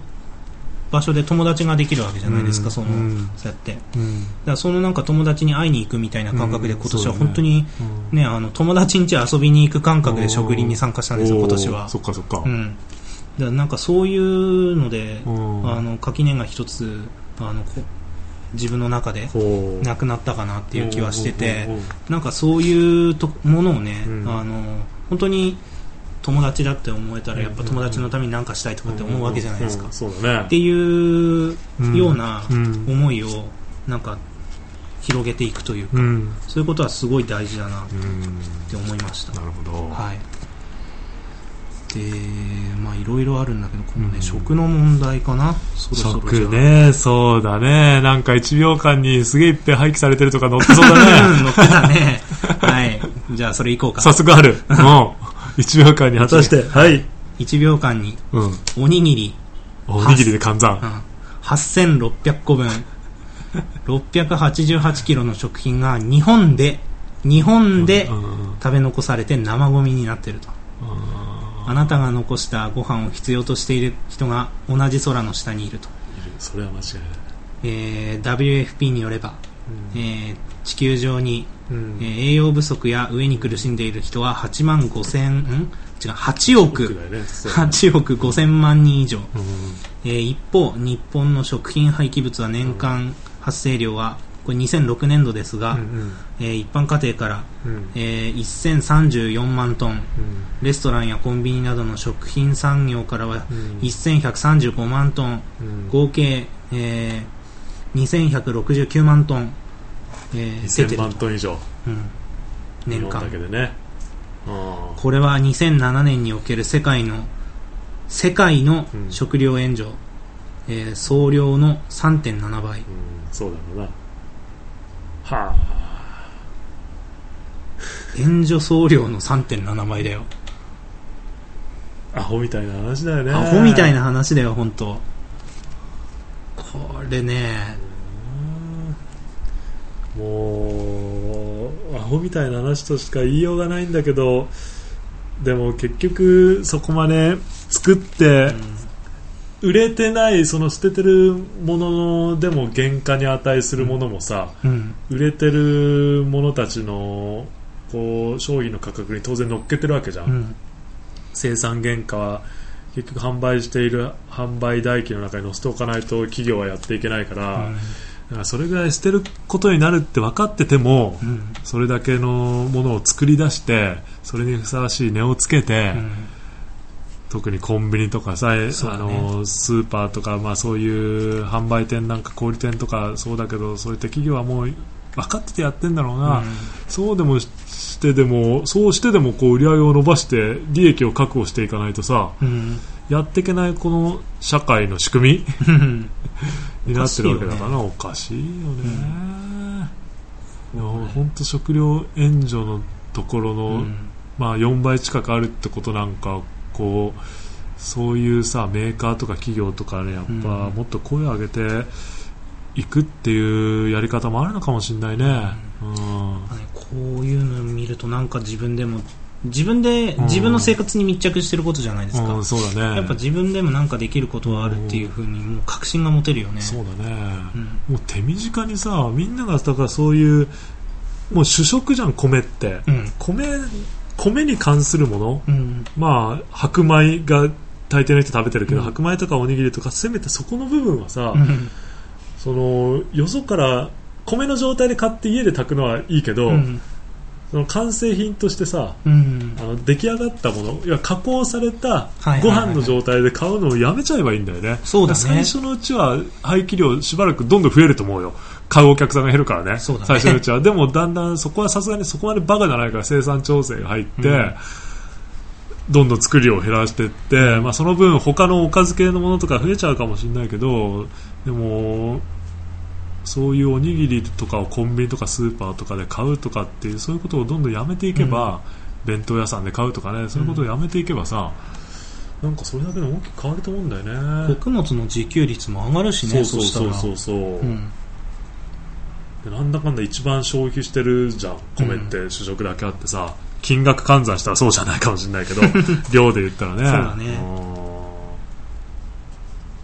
S2: 場所で友達ができるわけじゃないです
S1: う
S2: か、
S1: ん
S2: その
S1: うん
S2: そうやってだか
S1: うん
S2: らそのなんか友達に会いに行くみたいな感覚で、
S1: うん
S2: 今年
S1: そ
S2: は
S1: うだね
S2: 本当に、ねあの友達ん家遊びに行く感覚で植林に参加したんですよ、
S1: おー
S2: 今年は。
S1: そっかそっか
S2: う。ん、だからなんかそういうので、
S1: うん
S2: あの垣根が一つあのこ自分の中で
S1: こう
S2: なくなったかなっていう気はしてて。
S1: うんうんうん
S2: なんかそういうとものをね、
S1: うん
S2: あの本当に友達だって思えたらやっぱ友達のために何かしたいとかって思うわけじゃないですか、
S1: うん
S2: っ
S1: そうだね。
S2: ていうような
S1: うん
S2: 思いをなんか広げていくというか、
S1: うん
S2: そういうことはすごい大事だなっ
S1: うん
S2: て思いました、
S1: なるほど。
S2: はいでまあいろいろあるんだけどこのね、
S1: うん
S2: 食の問題かなそろそろじゃ
S1: 食
S2: あ
S1: ね、そうだね。なんか1秒間にすげえいっぺん廃棄されてるとか載ってそうだね。
S2: うん乗ってたねはいじゃあそれいこうか
S1: 早速あ る。うん。1秒間に果たして、はい。
S2: 1秒間に
S1: うん。
S2: おにぎり
S1: おにぎりで換
S2: う
S1: 算。
S2: ん8600個分688キロの食品が日本で日本で
S1: うんうんうん
S2: 食べ残されて生ゴミになってるとあなたが残したご飯を必要としている人が同じ空の下にいると、
S1: それは間違いない。
S2: えー WFP によれば、えー地球上に、えー栄養不足や飢えに苦しんでいる人は8万5千ん違う8
S1: く
S2: 億
S1: らいね。そうだね
S2: 8億5千万人以上
S1: うん
S2: えー一方、日本の食品廃棄物は年間発生量はこれ2006年度ですが、
S1: うん
S2: えー一般家庭から、
S1: うんうん
S2: えー1034万トン
S1: うん
S2: レストランやコンビニなどの食品産業からは
S1: うん
S2: 1135万トン
S1: うん
S2: 合計、えー2169万トン、えー出て
S1: 2000
S2: る、
S1: 万トン以上。
S2: うん年
S1: 日本だけ
S2: 間
S1: でね。うん
S2: これは2007年における世界の世界の食料援助、えー総量の3.7倍
S1: うんそうだろうな。はあ。
S2: 援助総量の3.7倍だよ、
S1: アホみたいな話だよね。
S2: アホみたいな話だよ本当これね
S1: もうアホみたいな話としか言いようがないんだけどでも結局そこまで作って売れてないその捨ててるもののでも原価に値するものもさ
S2: うん
S1: 売れてるものたちのこう商品の価格に当然乗っけてるわけじゃん
S2: う、ん
S1: 生産原価は結局販売している販売代金の中に載せておかないと企業はやっていけないから,、だからそれぐらい捨てることになるって分かってても、
S2: うん
S1: それだけのものを作り出してそれにふさわしい値をつけて、
S2: うん
S1: 特にコンビニとかさ、え
S2: そう
S1: あ
S2: だね
S1: のスーパーとか、まあ、そういう販売店なんか小売店とかそうだけどそういった企業はもう分かっててやってんだろうな、そうでもししてでもそうしてでもこう売り上げを伸ばして利益を確保していかないとさ
S2: うん
S1: やっていけないこの社会の仕組
S2: うん
S1: みになってるわけだからおかしいよね。いや本当食料援助のところの、
S2: うん
S1: まあ、4倍近くあるってことなんかこうそういうさメーカーとか企業とかねやっぱ
S2: うん
S1: もっと声を上げていくっていうやり方もあるのかもしれないね。うん
S2: ねこういうの見るとなんか自分でも自分で
S1: うん
S2: 自分の生活に密着してることじゃないですか、
S1: うん、そうだね
S2: やっぱ自分でもなんかできることはあるっていうふうにもう確信が持てるよね
S1: そうだね
S2: うん
S1: もう手短にさみんながだからそういうもう主食じゃん米って
S2: うん
S1: 米米に関するもの
S2: うん
S1: まあ白米が大抵の人食べてるけど、
S2: うん
S1: 白米とかおにぎりとかせめてそこの部分はさ、
S2: うん
S1: そのよそから米の状態で買って家で炊くのはいいけど、
S2: うん
S1: その完成品としてさ
S2: うん
S1: あの出来上がったものいや加工された
S2: はいはいはい
S1: ご飯の状態で買うのをやめちゃえばいいんだよね
S2: そうだね
S1: 最初のうちは廃棄量しばらくどんどん増えると思うよ買うお客さんが減るからね
S2: そうだね
S1: 最初のうちはでもだんだんそこはさすがにそこまでバカじゃないから生産調整が入って、
S2: うん
S1: どんどん作りを減らしていって、まあ、その分他のおかず系のものとか増えちゃうかもしれないけどでもそういうおにぎりとかをコンビニとかスーパーとかで買うとかっていうそういうことをどんどんやめていけば、弁当屋さんで買うとかねそういうことをやめていけばさ、なんかそれだけで大きく変わると思うんだよね。
S2: 穀物の自給率も上がるし
S1: そ
S2: ね
S1: うそうそうそううそう、
S2: うん
S1: でなんだかんだ一番消費してるじゃん米って主食だけあってさ、金額換算したらそうじゃないかもしれない けど量で言ったらね
S2: そうだね
S1: ね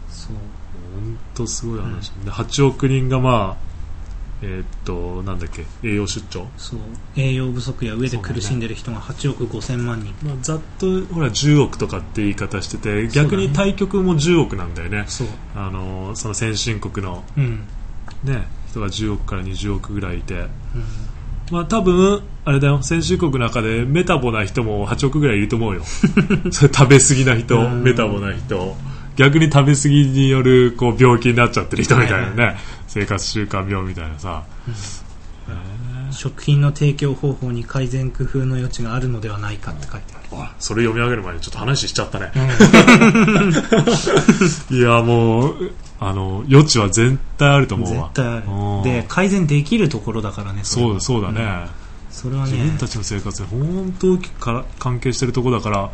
S2: そう
S1: 本当すごい話、で8億人がまあえーっとなんだっけ栄養出張
S2: そう栄養不足や上で苦しんでる人が8億5千万人
S1: まあ、ざっとほら10億とかって言い方してて逆に対局も10億なんだよね
S2: そう,、
S1: あのその先進国の、
S2: うん
S1: ね、人が10億から20億ぐらいいて、
S2: うん
S1: まあ、多分あれだよ先進国の中でメタボな人も8億ぐらいいると思 うよそれ食べ過ぎな人
S2: うん
S1: メタボな人逆に食べ過ぎによるこう病気になっちゃってる人みたいな
S2: はい
S1: ね、生活習慣病みたいなさ、
S2: 食品の提供方法に改善工夫の余地があるのではないかって書いてある
S1: あそれ読み上げる前にちょっと話しちゃったね、
S2: う
S1: いやもうあの余地は絶対あると
S2: ん
S1: 思うわ
S2: 絶対あ
S1: うん
S2: るで改善できるところだからねれは
S1: そうそうだね、
S2: んそれは
S1: 自
S2: ね
S1: 分たちの生活に本当大きくから関係してるところだから、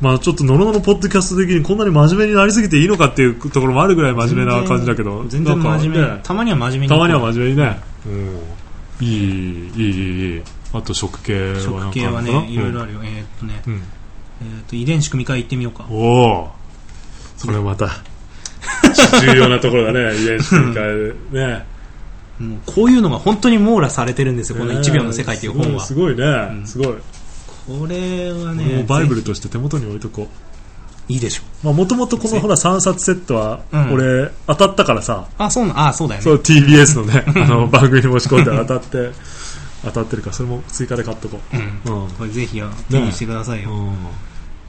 S1: まあちょっとノロノロポッドキャスト的にこんなに真面目になりすぎていいのかっていうところもあるぐらい真面目な感じだけど
S2: 全然
S1: なんか
S2: 真面目
S1: ね
S2: たまには真面目に
S1: たまには真面目にね、うん、いいいいいいいいあと食系はな
S2: 食
S1: んか
S2: 系は
S1: あるのかな
S2: ねいろいろあるよえーっとね
S1: うん、うん
S2: えーっと遺伝子組み換え行ってみようか
S1: おおそれまた 重要なところだね遺伝子組み換えね
S2: もうこういうのが本当に網羅されてるんですよこの1秒の世界という本は
S1: すごいすごいね、
S2: ん
S1: すごい
S2: これは
S1: も
S2: ね
S1: うバイブ
S2: ル
S1: ルとして手元に置いとこう
S2: いいでしょ
S1: まあ、もともとこのほら3冊セットは
S2: うん
S1: 俺当たったからさ、
S2: あそうなあそうだよね
S1: そう TBS のねあの番組に持ち込んで当たって 当たってるからそれも追加で買っとこ
S2: うん
S1: う、うん
S2: これぜひよ手にしてくださいよ、
S1: うん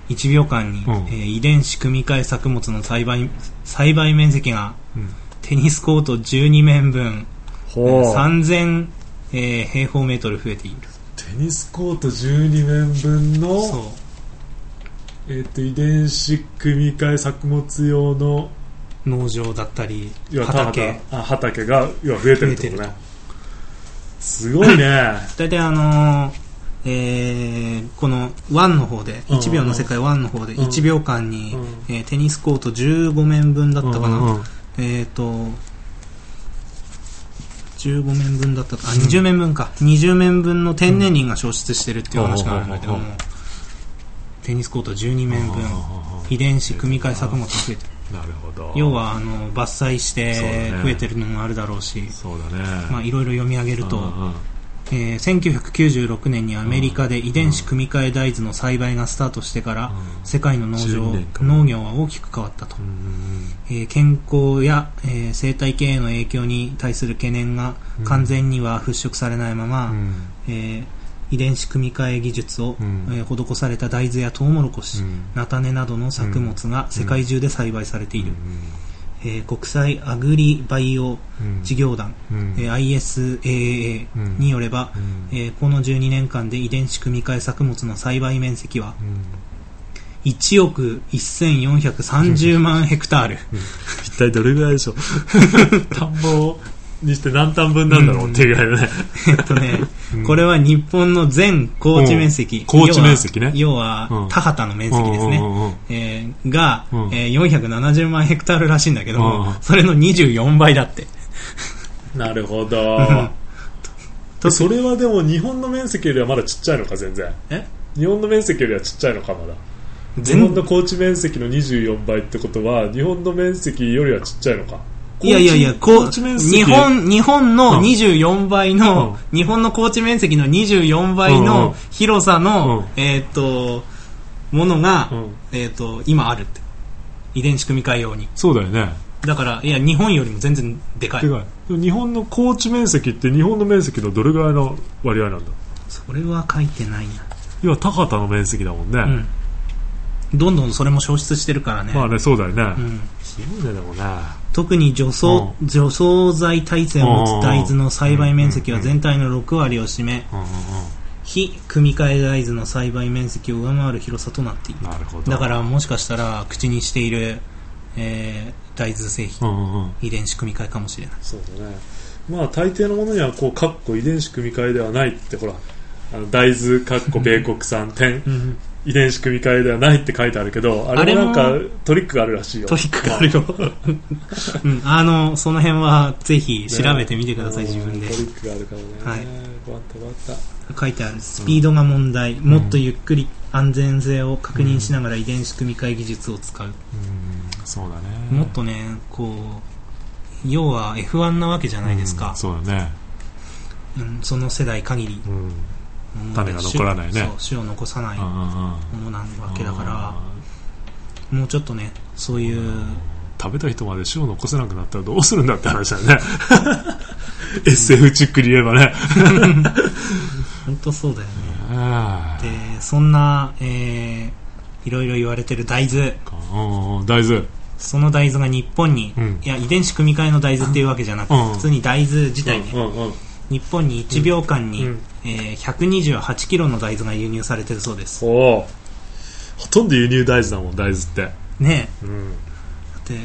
S2: 1秒間に、
S1: うん
S2: えー遺伝子組み換え作物の栽培栽培面積が
S1: うん
S2: テニスコート12面分、え
S1: ほ
S2: ー
S1: う
S2: 3000、えー平方メートル増えている
S1: テニスコート12面分
S2: そう
S1: の、えっと遺伝子組み換え作物用の
S2: 農場だったり
S1: 要は
S2: 畑
S1: 田畑あ畑が要は増えてるってこと
S2: 増えて
S1: ねすごいね
S2: 大体あのーえーこの1の方で
S1: うん
S2: 1秒の世界1の方で
S1: うん
S2: 1秒間に、
S1: うん
S2: えーテニスコート15面分だったかな、
S1: うんうんうん
S2: えっ、と15面分だったかあ20面分か、20面分の天然林が消失してるっていう話があるんだけども、
S1: うんほうほ
S2: テニスコート12面分遺伝子組み換え作物が増えてる
S1: なるほど
S2: 要はあの伐採し
S1: そうだ
S2: て
S1: ね
S2: 増えてるのもあるだろうし
S1: そうだね
S2: まあいろいろ読み上げると、
S1: うんうん
S2: えー1996年にアメリカで遺伝子組み換え大豆の栽培がスタートしてから、
S1: う
S2: 世界の農
S1: 12
S2: 場
S1: 年か
S2: 農業は大きく変わったと、
S1: ん
S2: えー健康や、えー生態系への影響に対する懸念が完全には払拭されないまま、
S1: うん
S2: えー遺伝子組み換え技術を、
S1: うん
S2: えー施された大豆やトウモロコ
S1: う
S2: シ、
S1: ん
S2: 菜種などの作物が世界中で栽培されている、えー国際アグリバイオ
S1: うん
S2: 事業団、
S1: うん
S2: えー ISAA
S1: うん
S2: によれば、
S1: うん
S2: えーこの12年間で遺伝子組み換え作物の栽培面積は
S1: うん
S2: 1億1430万ヘクタール
S1: 一体どれぐらいでしょう田んぼにして何単分なんだろうっていうぐらいだね
S2: えっとね、
S1: うん
S2: これは日本の全高地面積
S1: うん耕地面積ね
S2: 要は要
S1: う
S2: は
S1: ん
S2: 田畑の面積ですね、
S1: うんうんうんうん
S2: えーが、
S1: うん
S2: えー470万ヘクタールらしいんだけども、
S1: うん
S2: それの24倍だって
S1: なるほ
S2: ん
S1: どでそれはでも日本の面積よりはまだちっちゃいのか全然
S2: え
S1: 日本の面積よりはちっちゃいのかまだ日
S2: 全
S1: 本の高地面積の24倍ってことは日本の面積よりはちっちゃいのか
S2: いやいやいや、こう、
S1: 高地面積
S2: 日本、日本
S1: う
S2: の
S1: ん
S2: 24倍の、
S1: うん
S2: 日本の高地面積の24倍
S1: うんうん
S2: の広さの、
S1: う
S2: えーっと、ものが、
S1: うん
S2: えーっと、今あるって。遺伝子組み換え用に。
S1: そうだよね
S2: だから、いや、日本よりも全然でかい。
S1: かいでも日本の高地面積って日本の面積のどれぐらいの割合なんだ
S2: それは書いてないな。
S1: 要は高田の面積だもんね、
S2: うん。どんどんそれも消失してるからね。
S1: まあねそうだよね、
S2: うん、
S1: 広いねでもね
S2: 特に除草、除草剤耐性を持つ大豆の栽培面積は全体の6割を占め、
S1: うんうん
S2: 非組み換え大豆の栽培面積を上回る広さとなっている
S1: うんなるほど
S2: だからもしかしたら口にしている、えー大豆製品
S1: うんうんうん
S2: 遺伝子組み換えかもしれない
S1: そうだねまあ大抵のものにはこうかっこ遺伝子組み換えではないってほらあの大豆かっこ米国産点遺伝子組み換えではないって書いてあるけどあれもなん
S2: あ
S1: か
S2: れ
S1: トリックがあるらしいよ
S2: トリックがあるよ、うん、あのその辺はぜひ調べてみてください、
S1: うん
S2: 自分で
S1: トリックがあるからね
S2: はい
S1: 困った困った
S2: 書いてあるスピードが問題、もっとゆっくり安全性を確認しながら遺伝子組み換え技術を使う、
S1: うんそうだね
S2: もっとねこう要は F1 なわけじゃないです
S1: う
S2: か
S1: ん、そうだね、
S2: うんその世代限り
S1: うん、
S2: もので
S1: 種が残らないね
S2: そう種を残さない
S1: うんうんうん
S2: ものなわけだからもうちょっとねそういう
S1: 食べた人まで種を残せなくなったらどうするんだって話だよ ね SF チックに言えばね
S2: 本当そうだよね
S1: あー
S2: でそんな、えーいろいろ言われてる大豆
S1: うんうん大豆
S2: その大豆が日本に、
S1: うん
S2: いや遺伝子組み換えの大豆っていうわけじゃなくて、
S1: うん
S2: 普通に大豆自体ね、
S1: うんうんうん
S2: 日本に1秒間に、
S1: うん
S2: えー128キロの大豆が輸入されてるそうです
S1: おーほとんど輸入大豆だもん大豆って、
S2: ね
S1: うん、
S2: えだって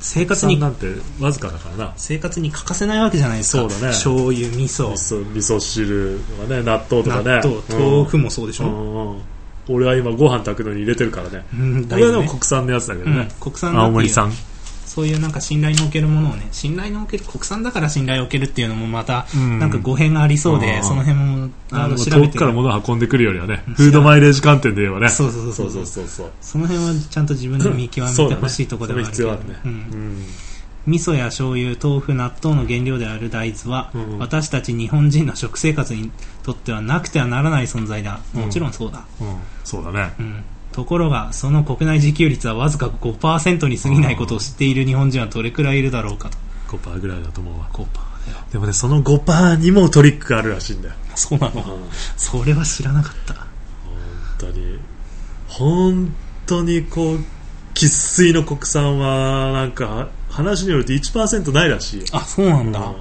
S2: 生
S1: 国
S2: 活
S1: 産
S2: に
S1: なんてわずかだからな
S2: 生活に欠かせないわけじゃないです
S1: そ
S2: か
S1: うだね
S2: 醤油味噌
S1: 味噌味噌汁とかね納豆とか
S2: 納
S1: ね
S2: 豆、豆腐もそうでし
S1: う
S2: ょ、
S1: んうんうん俺は今ご飯炊くのに入れてるからね
S2: うん、
S1: 俺はでも
S2: ね
S1: 国産のやつだけど
S2: うん
S1: ね、
S2: 国産だ
S1: 青
S2: って
S1: 森
S2: いう
S1: 産
S2: そういうなんか信頼の置けるものをね信頼の置ける国産だから信頼を置けるっていうのもまた、
S1: うん
S2: なんか語弊がありそうで、
S1: うん
S2: その辺もあ
S1: で
S2: の
S1: も
S2: 調べ
S1: 遠
S2: て
S1: くから
S2: みる
S1: 物を運んでくるよりはね
S2: ん
S1: フードマイレージ観点で言えばね
S2: そうそ
S1: そ
S2: うそう
S1: そ
S2: うそうう
S1: そうそう
S2: その辺はちゃんと自分で見極めてほしいところではあるけど、
S1: そうだねそれ必要あ
S2: う
S1: るね
S2: ん
S1: うん
S2: 味噌や醤油豆腐納豆の原料である大豆は、
S1: うん
S2: 私たち日本人の食生活にとってはなくてはならない存在だ
S1: うん
S2: もちろんそうだ、
S1: うんそうだね
S2: うんところがその国内自給率はわずか5%に過ぎないことを知っている日本人はどれくらいいるだろうか と
S1: 5%ぐらいだと思うわ
S2: 5%だよ
S1: でもねその5%にもトリックがあるらしいんだよ
S2: そうなの
S1: 本
S2: それは知らなかった
S1: 当に本当にこう生粋の国産はなんか話によると1%ないらしいよ
S2: あそうなんだ、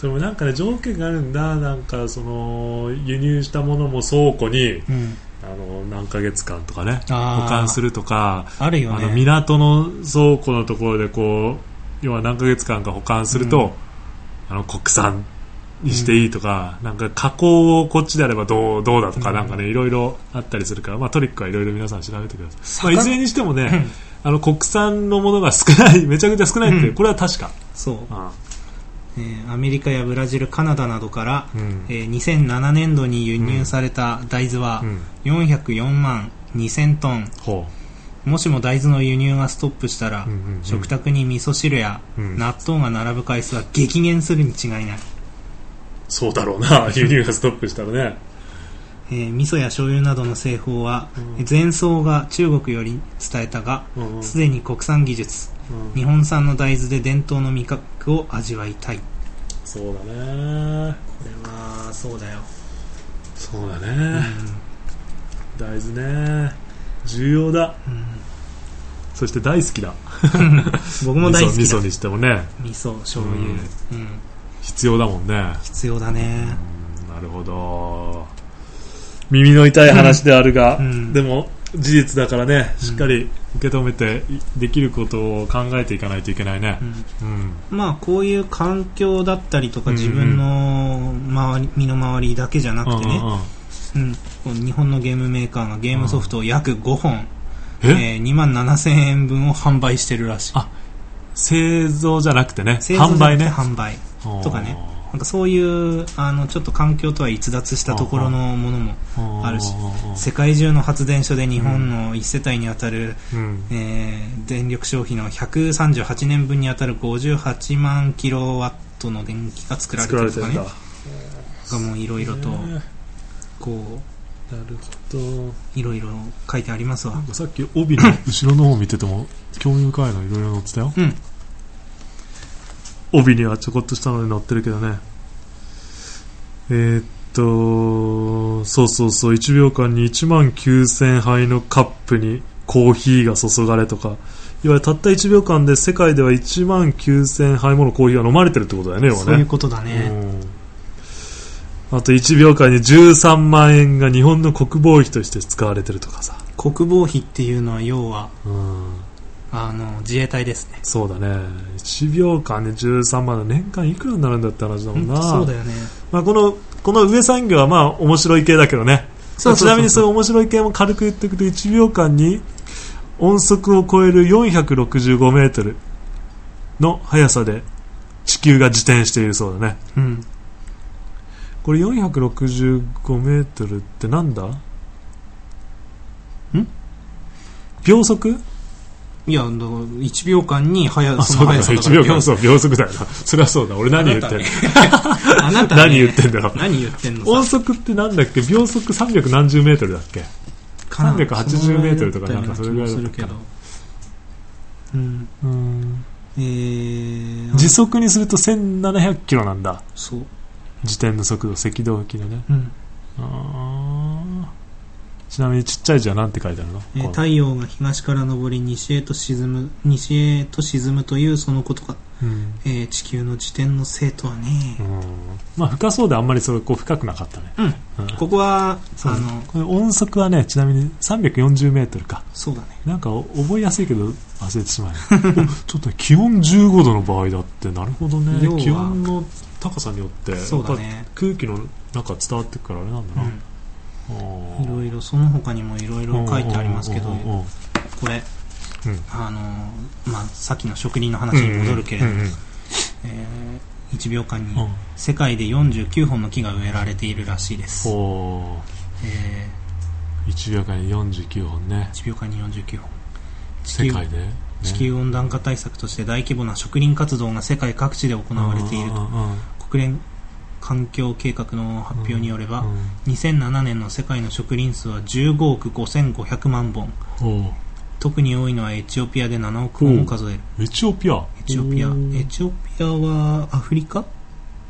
S1: それもなんかね条件があるんだなんかその輸入したものも倉庫に
S2: うん、
S1: あの何ヶ月間とかね保
S2: あー
S1: 管するとか
S2: あるよ
S1: あの
S2: ね
S1: 港の倉庫のところでこう要は何ヶ月間か保管すると、あの国産にしていいとか、なんか加工をこっちであればどうどうだとか、
S2: うん
S1: なんかねいろいろあったりするから、まあ、トリックはいろいろ皆さん調べてください、
S2: 魚
S1: まあ、いずれにしてもね あの国産のものが少ないめちゃくちゃ少ないって、
S2: うん
S1: これは確か、
S2: そう
S1: うん
S2: えーアメリカやブラジル、カナダなどから、
S1: うん
S2: えー2007年度に輸入された大豆は
S1: うん
S2: 404万2000トン
S1: ほ
S2: もしも大豆の輸入がストップしたら、
S1: うんうんうん
S2: 食卓に味噌汁や
S1: うん
S2: 納豆が並ぶ回数は激減するに違いない、
S1: うそうだろうな輸入がストップしたらね
S2: えー味噌や醤油などの製法は
S1: うん
S2: 前奏が中国より伝えたが
S1: うんうん
S2: すでに国産技術
S1: うん
S2: 日本産の大豆で伝統の味覚を味わいたい
S1: そうだね
S2: これはそうだよ、
S1: そうだ
S2: うん
S1: ね大豆ね重要だ
S2: うん
S1: そして大好きだ
S2: 僕も大好き
S1: 味噌
S2: だ
S1: 味噌にしてもね
S2: 味噌醤油、
S1: うん
S2: うん、
S1: 必要だもんね
S2: 必要だね
S1: うんなるほど耳の痛い話であるが、
S2: うん
S1: でも事実だからね
S2: うん
S1: しっかり受け止めていできることを考えていかないといけないね
S2: う、ん
S1: うん
S2: まあこういう環境だったりとか
S1: うんうん
S2: 自分の周り身の回りだけじゃなくて
S1: うん
S2: ね、
S1: うんうん
S2: うん、こう日本のゲームメーカーがゲームソフトを約5本、
S1: え
S2: えー、2万7000円分を販売してるらしい
S1: あ製造じゃなくてね
S2: 製造
S1: 販
S2: じゃな
S1: 売
S2: くて
S1: ね
S2: 販売とかね
S1: あ
S2: なんかそういうあのちょっと環境とは逸脱したところのものも
S1: ー
S2: あるし
S1: あー
S2: 世界中の発電所で日本の1世帯に当たる、
S1: うん
S2: えー電力消費の138年分に当たる58万キロワットの電気が作られて
S1: 作られ
S2: る
S1: て
S2: とか
S1: るん
S2: ね
S1: だ
S2: がもういろいろと
S1: ね
S2: こ
S1: なるほ
S2: ういろいろ書いてあります
S1: どな
S2: わ
S1: んかさっき帯の後ろの方見てても興味深いのいろいろ載ってたよ
S2: うん
S1: 帯にはちょこっとしたのに載ってるけどねえーっとそうそうそう1秒間に1万9000杯のカップにコーヒーが注がれとかいわゆるたった1秒間で世界では1万9000杯ものコーヒーが飲まれてるってことだよね要は
S2: そういう
S1: ね
S2: ことだね
S1: うんあと1秒間に13万円が日本の国防費として使われてるとかさ、
S2: 国防費っていうのは要は
S1: うん、
S2: あの自衛隊ですね
S1: そうだね1秒間で13万円年間いくらになるんだって話だもんな
S2: 本当そうだよね
S1: まあ、このこの上産業はまあ面白い系だけどね
S2: そうそうそうそう
S1: ちなみにその面白い系も軽く言っておくと1秒間に音速を超える465メートルの速さで地球が自転しているそうだね
S2: うん
S1: これ465メートルってなんだん秒速
S2: いやあの1秒間に速
S1: あ
S2: そ
S1: そう
S2: の
S1: だ よ
S2: 速さ
S1: 1秒間
S2: だか
S1: そう秒速だよなそれはそうだ俺何言ってんの、
S2: らあなたね
S1: 何言ってんだろう
S2: 何言ってんのさ
S1: 音速ってなんだっけ秒速300何十メートルだっけ
S2: かな
S1: 380メートルとかなんかそれぐらい
S2: そ
S1: だ
S2: の
S1: っ
S2: 気
S1: た
S2: もするけ
S1: か
S2: ど
S1: な
S2: うん
S1: うん
S2: えー、
S1: 時速にすると1700キロなんだ
S2: そう、
S1: 自転の速度赤道域のね
S2: うん
S1: あーちなみにちっちゃい字はなんて書いてあるの、
S2: えー
S1: こう
S2: 太陽が東から昇り西へと沈む西へと沈むというそのことか、
S1: うん
S2: えー地球の自転の生とはね
S1: う、んまあ深そうであんまりそれこう深くなかったね
S2: うん
S1: うん
S2: ここは
S1: そう
S2: あ
S1: ね
S2: の
S1: これ音速はねちなみに340メートルか
S2: そうだね
S1: なんかお覚えやすいけど忘れて しまうおちょっとね気温15度の場合だってなるほどね
S2: 要は
S1: 気温の高さによって
S2: そうだね
S1: 空気の中伝わってくからあれなんだな、
S2: うんいろ
S1: い
S2: いろその他にもいろいろ書いてありますけどこれ、
S1: うん
S2: あのーまあ、さっきの植林の話に戻るけれど、
S1: うんうんうん
S2: えー1秒間
S1: うん
S2: に世界で49本の木が植えられているらしいです、
S1: おー
S2: え
S1: 1秒間に49本ね
S2: ー1秒間に49本
S1: 世界で、ね、
S2: 地球温暖化対策として大規模な植林活動が世界各地で行われている
S1: うんうんうん
S2: 国連環境計画の発表によれば、
S1: う
S2: 2007年の世界の植林数は15億5500万本
S1: んお
S2: 特に多いのはエチオピアで7億本を数える
S1: ーエチオピア
S2: エチオピア
S1: おー
S2: エチオピアはアフリカ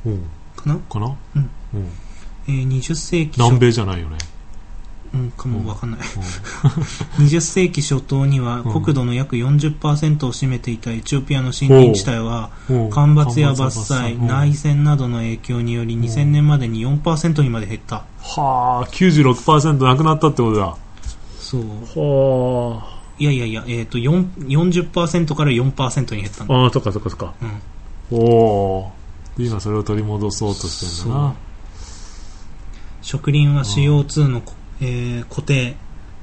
S1: うん
S2: かな、
S1: かな、
S2: うん
S1: うん
S2: えー20世紀
S1: 南
S2: 初、
S1: 米じゃないよね、
S2: うん、かもわかんない
S1: うん
S2: 20世紀初頭には
S1: うん
S2: 国土の約40%を占めていたエチオピアの森林地帯は
S1: うん
S2: 干ばつや伐採、
S1: うん
S2: 内戦などの影響により2000年までに4%にまで減った。
S1: はあ96%なくなったってことだは
S2: そう。
S1: あ
S2: いやいやいや、えっ、と、4 40%から4%に減ったんだ。
S1: ああとかとかとか
S2: うん。
S1: おお今それを取り戻そうとしてんだな
S2: 植林は CO2 のこ、えー固定、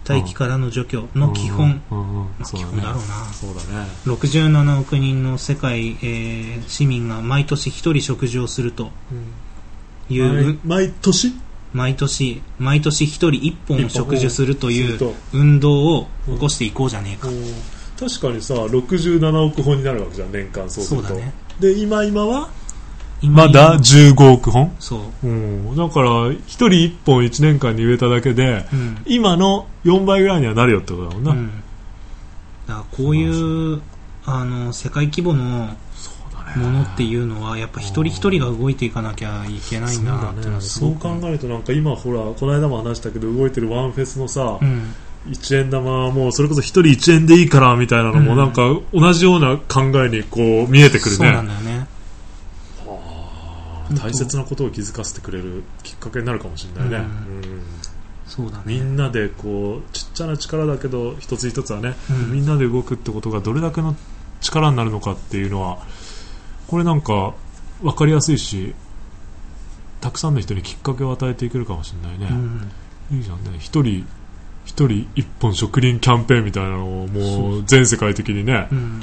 S2: 大気からの除去の基本、
S1: うんうんうん
S2: まあ
S1: そう
S2: 基
S1: だね
S2: 本だろうな
S1: そうだね
S2: 67億人の世界、えー市民が毎年1人食事をするとい
S1: 毎
S2: う、
S1: 毎年
S2: 毎年毎年1人1本を食事するとい
S1: する
S2: う
S1: と
S2: 運動を起こしていこうじゃねえか、
S1: 確かにさ67億本になるわけじゃん年間そうす
S2: そ
S1: る
S2: う
S1: と
S2: だね
S1: で今今は
S2: 今
S1: まだ15億本
S2: そ
S1: う
S2: う、
S1: んだから1人1本1年間に植えただけで
S2: うん
S1: 今の4倍ぐらいにはなるよってことだもんな、
S2: うん、だからこういうあの世界規模の
S1: そうだ
S2: ものっていうのはやっぱ一人一人が動いていかなきゃいけないんだなっていうのはす
S1: そ
S2: ご
S1: う
S2: く
S1: 考
S2: 思う
S1: えるとなんか今ほらこの間も話したけど動いてるワンフェスのさ、
S2: うん
S1: 一1円玉もうそれこそ1人1円でいいからみたいなの
S2: う
S1: も
S2: ん
S1: なんか同じような考えにこう見えてくる
S2: そう
S1: ね、
S2: なんだよね
S1: はあ大切なことを気づかせてくれるきっかけになるかもしれないね、
S2: うん
S1: うん
S2: そうだ
S1: み
S2: ね
S1: んなでこうちっちゃな力だけど一つ一つはね、
S2: うん
S1: みんなで動くってことがどれだけの力になるのかっていうのはこれなんか分かりやすいしたくさんの人にきっかけを与えていけるかもしれないね
S2: う、ん
S1: いいじゃんね一人一人一本植林キャンペーンみたいなのをもう全世界的にね
S2: うん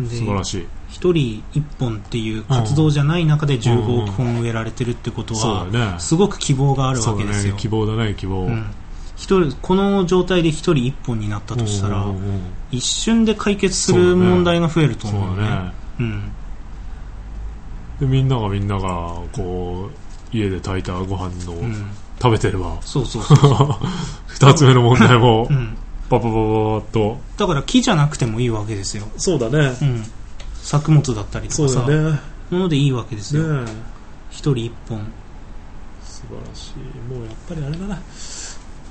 S1: うん素晴らしい
S2: 一人一本っていう活動じゃない中で15億本植えられてるってこと
S1: そうだ
S2: は
S1: ね
S2: すごく希望がある
S1: そ
S2: わ
S1: う
S2: けで
S1: だ
S2: す
S1: ね
S2: よ、
S1: 希望だね希望、
S2: うん、一人この状態で一人一本になったとしたら
S1: うんうんうん
S2: 一瞬で解決す
S1: そう
S2: る
S1: だね
S2: 問題が増えると
S1: そう
S2: 思う
S1: だ
S2: ね
S1: ね
S2: うん
S1: でみんながみんながこう家で炊いたご飯の
S2: うん
S1: 食べてれば、
S2: そうそうそう、
S1: 二つ目の問題も
S2: うん、
S1: パパパパパッと
S2: だから木じゃなくてもいいわけですよ、
S1: そうだね
S2: うん、作物だったりとかさ、
S1: ねね
S2: ものでいいわけです
S1: 素
S2: よ
S1: 晴
S2: 一人一本
S1: らしいもうやっぱりあれだな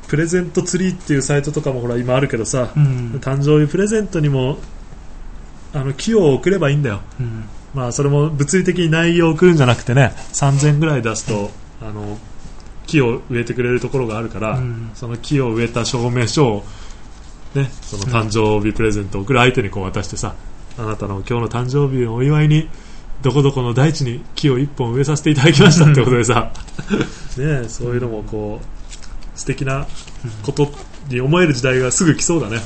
S1: プレゼントツリーっていうサイトとかもほら今あるけどさ
S2: う、ん、
S1: 誕生日プレゼントにもあの木を送ればいいんだよ
S2: うん、
S1: まあそれも物理的に内容を送るんじゃなくてね3000ぐらい出すとあの木を植えてくれるところがあるから、
S2: うん
S1: その木を植えた証明書を、ね、その誕生日プレゼントを送る相手にこう渡してさ、あなたの今日の誕生日をお祝いにどこどこの大地に木を一本植えさせていただきましたってことでさ ねえそういうのもこう素敵なことに思える時代がすぐ来そうだね、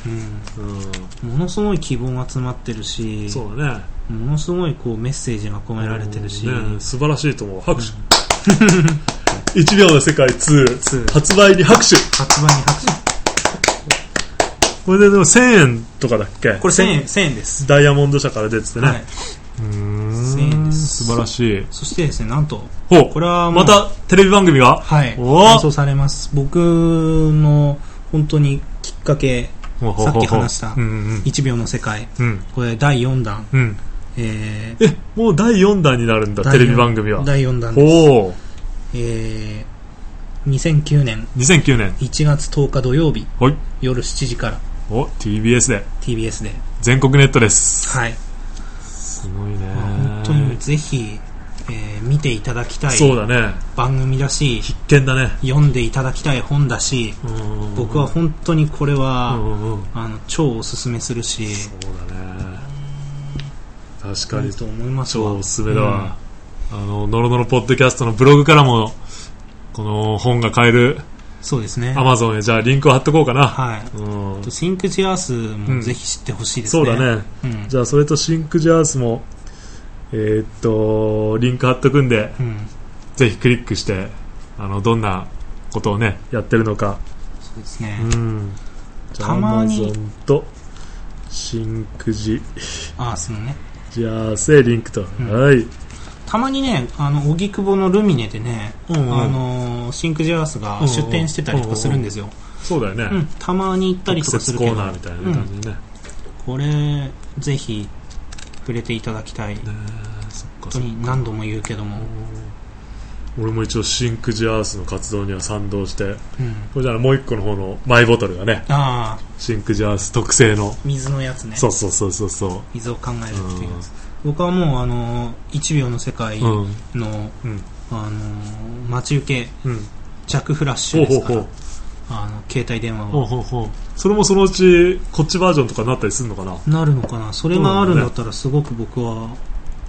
S1: う
S2: うん、ものすごい希望が詰まってるし
S1: ん、そうだね
S2: ものすごいこうメッセージが込められてるし、
S1: うんね素晴らしいと思う拍手、1 秒の世界2
S2: 2
S1: 発売に拍手
S2: 発売に拍手
S1: これででも1000円とかだっけ
S2: これ1000円 ,1000 円です、
S1: ダイヤモンド社から出ててね、
S2: はい、
S1: うー
S2: 1000円
S1: ん
S2: で
S1: 素
S2: す
S1: 晴らしい
S2: そしてですねなんと
S1: ほう
S2: これはも
S1: ま
S2: う
S1: たテレビ番組が
S2: はい
S1: お
S2: 放送されます僕の本当にきっかけ
S1: ほうほう
S2: さっ
S1: ほう
S2: き話した
S1: うん
S2: 1秒の世界
S1: うんうん
S2: これ第4弾、
S1: うん
S2: えー
S1: えもう第4弾になるんだ
S2: 第
S1: テ
S2: 四
S1: レビ番組は
S2: 第4弾です
S1: ほう
S2: えー、2009年
S1: 2009年
S2: 1月10日土曜日
S1: はい
S2: 夜7時から
S1: お TBS で
S2: TBS で、
S1: 全国ネットです
S2: はい、
S1: すごいね
S2: 本当にぜひ、えー見ていただきたい
S1: そうだね
S2: 番組だし
S1: 必見だね
S2: 読んでいただきたい本だし
S1: うん
S2: 僕は本当にこれ
S1: う
S2: は、
S1: んうんうん
S2: あの超おすすめするし
S1: そうだね確か
S2: い
S1: に
S2: いと思いますわ
S1: 超おすすめだわ、あのノロノロポッドキャストのブログからもこの本が買える
S2: そうです ね
S1: アマゾンへじゃあリンクを貼っとこうかな、
S2: はい
S1: うん
S2: シンクジアースもぜひ知ってほしいです
S1: そ
S2: ね、
S1: うだね
S2: うん
S1: じゃあそれとシンクジャースもえーっとリンク貼っとくんで
S2: うん
S1: ぜひクリックしてあのどんなことをねやってるのか
S2: そうですね、
S1: うんじゃあ
S2: たまに
S1: Amazon とシンクジ
S2: アースのね
S1: ジャースへリンクと、
S2: ん
S1: はい、
S2: たまにねあの荻窪のルミネでね、あのシンクジアースが出店してたりとかするんですよ、
S1: そうだよね、
S2: うんたまに行ったり
S1: 特
S2: とかす
S1: 設
S2: る
S1: コ
S2: け
S1: ー
S2: ど
S1: ナーみたいな感じでね、
S2: これぜひ触れていただきたい本
S1: そっか
S2: 当
S1: そっか
S2: に何度も言うけども、
S1: 俺も一応シンクジアースの活動には賛同して
S2: うん、
S1: これじゃあもう一個の方のマイボトルがね
S2: ああ
S1: シンクジアース特製の
S2: 水のやつね
S1: そうそうそうそうそ
S2: 水を考える
S1: う
S2: っていうやつ僕はもうあの1秒の世界
S1: う
S2: の、
S1: んうんうん
S2: あの待ち受け
S1: うん
S2: 着フラッシ
S1: ほ
S2: ュ
S1: う
S2: で
S1: ほう
S2: す
S1: ほ
S2: から
S1: う
S2: あの携帯電話
S1: ほう
S2: は
S1: ほうほうそれもそのうちこっちバージョンとかになったりするのかな
S2: なるのかなそれがあるんだったらすごく僕は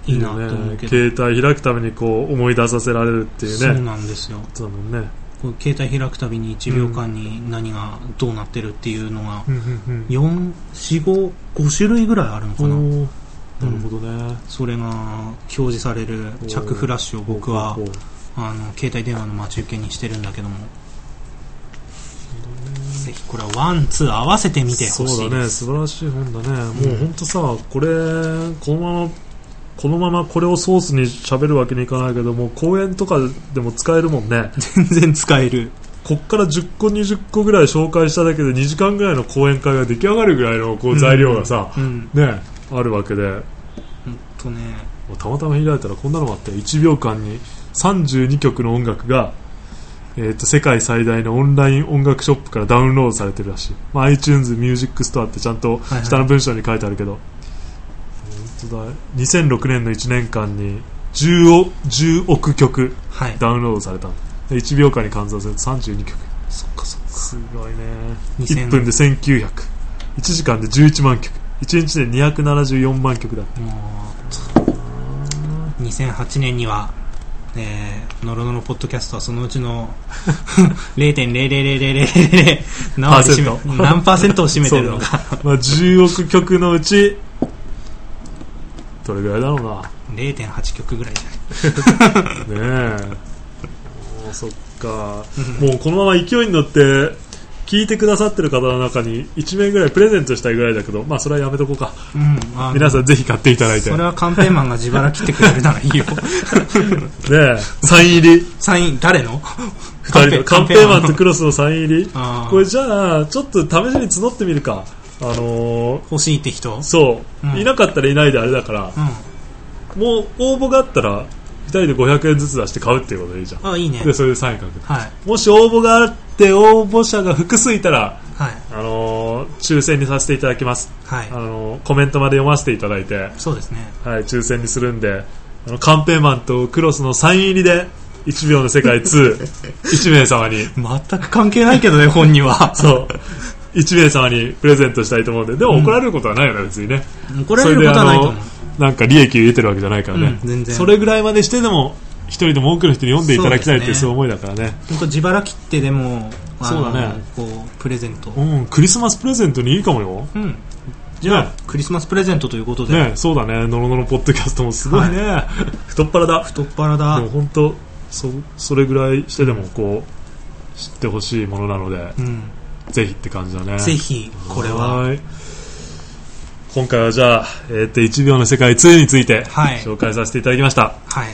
S2: いいなと思うけど、
S1: ね携帯開くためにこう思い出させられるっていう
S2: そう
S1: ね
S2: なんですよ
S1: そうだもんね
S2: こう携帯開くたびに1秒間に何がどうなってるっていうのが
S1: うんうんうん
S2: 445種類ぐらいあるのかな
S1: おーなるほどね、
S2: それが表示される着フラッシュを僕は
S1: ほうほう
S2: あの携帯電話の待ち受けにしてるんだけどもぜひこれはワンツー合わせてみてほし
S1: そ
S2: いう
S1: だ
S2: で
S1: ね
S2: す
S1: 素晴らしい本だね、もうんう本当さこれこのままこのままこれをソースに喋るわけにいかないけども公演とかでも使えるもんね
S2: 全然使える
S1: こっから10個20個ぐらい紹介しただけで2時間ぐらいの講演会が出来上がるぐらいのこう材料がさ、
S2: うん
S1: ねあるわけで
S2: ほんとね
S1: もうたまたま開いたらこんなのもあって1秒間に32曲の音楽が、えー、と世界最大のオンライン音楽ショップからダウンロードされてるらしい、まあ、iTunes ミュージックストアってちゃんと
S2: いはい
S1: 下の文章に書いてあるけど、本当だ2006年の1年間に 10, を10億曲
S2: はい
S1: ダウンロードされたで1秒間に換算すると32曲
S2: そっかそっか
S1: すごいね
S2: 2000
S1: 1分で1900 1時間で11万曲1日で274万曲だ
S2: もう2008年には、えー、ノロノロポッドキャストはそのうちの 0.0000000何割
S1: パー
S2: 占
S1: セン
S2: め何パーセントを占めてるのか
S1: まあ、10億曲のうちどれぐらいだろう
S2: 0.8曲ぐらいじゃない
S1: なねえもうそっかもうこのまま勢いに乗って聞いてくださってる方の中に1名ぐらいプレゼントしたいぐらいだけどまあそれはやめとこうか
S2: うんあの
S1: 皆さんぜひ買っていただいて
S2: それ
S1: ね
S2: はカンペンマンが自腹切ってくれるならいいよ
S1: えサイン入り
S2: サイン 誰の
S1: 2人のカンペーマンと
S2: の
S1: クロスのサイン入り
S2: あ
S1: こ
S2: ー
S1: れじゃあちょっと試しに募ってみるかあのー
S2: 欲しいって人うん
S1: そう、
S2: うん
S1: いなかったらいないであれだからもう応募があったら2人で500円ずつ出して買うっていうことでいいじゃん
S2: あいいね
S1: でそれでサイン書く
S2: はい
S1: もし応募があって応募者が複数いたら、
S2: はい
S1: あのー抽選にさせていただきます、あ
S2: はい
S1: のーコメントまで読ませていただいて、はい、
S2: そうですね
S1: 抽選にするんであのカンペーマンとクロスのサイン入りで1秒の世界21 名様に
S2: 全く関係ないけど ね本には
S1: そう1名様にプレゼントしたいと思うんででも怒られることはないよね、別にね
S2: 怒られることはないと思う
S1: なんか利益を得てるわけじゃないからね、
S2: うん全然
S1: それぐらいまでしてでも一人でも多くの人に読んでいただきたいっていうそ
S2: そうう
S1: いう思いだからね
S2: 本当自腹切ってでもあの
S1: そうだね
S2: こうプレゼント
S1: うんクリスマスプレゼントにいいかもよ
S2: うんじゃあ、
S1: ね
S2: クリスマスプレゼントということで、
S1: ねそうだね、ノロノロポッドキャストもすごいね、太っ腹だ、
S2: 太っ腹だ
S1: でも本当そ、それぐらいしてでもこう知ってほしいものなので、
S2: うん
S1: ぜひって感じだね。
S2: ぜひこれは
S1: ーい今回はじゃあ、えーと1秒の世界2について、
S2: はい
S1: 紹介させていただきました。
S2: はい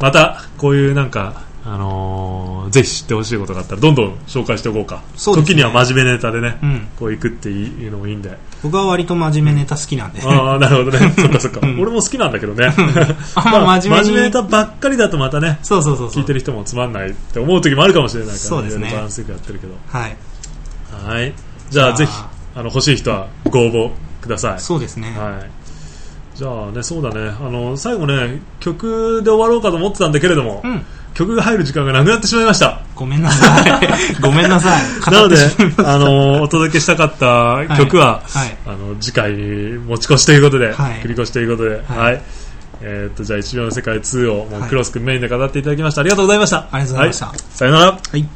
S1: また、こういうなんか、あのーぜひ知ってほしいことがあったら、どんどん紹介しておこうか。
S2: そうですね
S1: 時には真面目ネタでね、
S2: うん
S1: こう行くっていうのもいいんで。
S2: 僕は割と真面目ネタ好きなんで、
S1: ああ、なるほどね。そっかそっか。
S2: ん
S1: 俺も好きなんだけどね。
S2: あんま真面目に
S1: 真面目ネタばっかりだとまたね、
S2: そうそうそうそ
S1: 聞いうてる人もつまんないって思う時もあるかもしれないから、
S2: そうですね
S1: いろいろバランスよくやってるけど。
S2: はい
S1: はい。じゃあ、
S2: じゃあ
S1: ぜひ、あの、欲しい人はご応募ください。
S2: そうですね、
S1: はい。じゃあね、そうだね。あの、最後ね、曲で終わろうかと思ってたんだけれども、
S2: うん
S1: 曲が入る時間がなくなってしまいました。
S2: ごめんなさいごめんなさ い
S1: なの
S2: 語って
S1: で
S2: しまい、
S1: あの、お届けしたかった曲は、
S2: はい
S1: あの次回に持ち越しということで、
S2: はい
S1: 繰り越しということで、は
S2: はい
S1: い。えーっと、じゃあ、1秒の世界2を、もう
S2: はい
S1: クロス君メインで語っていただきました。ありがとうございました。
S2: ありがとうございました
S1: はさよなら。
S2: はい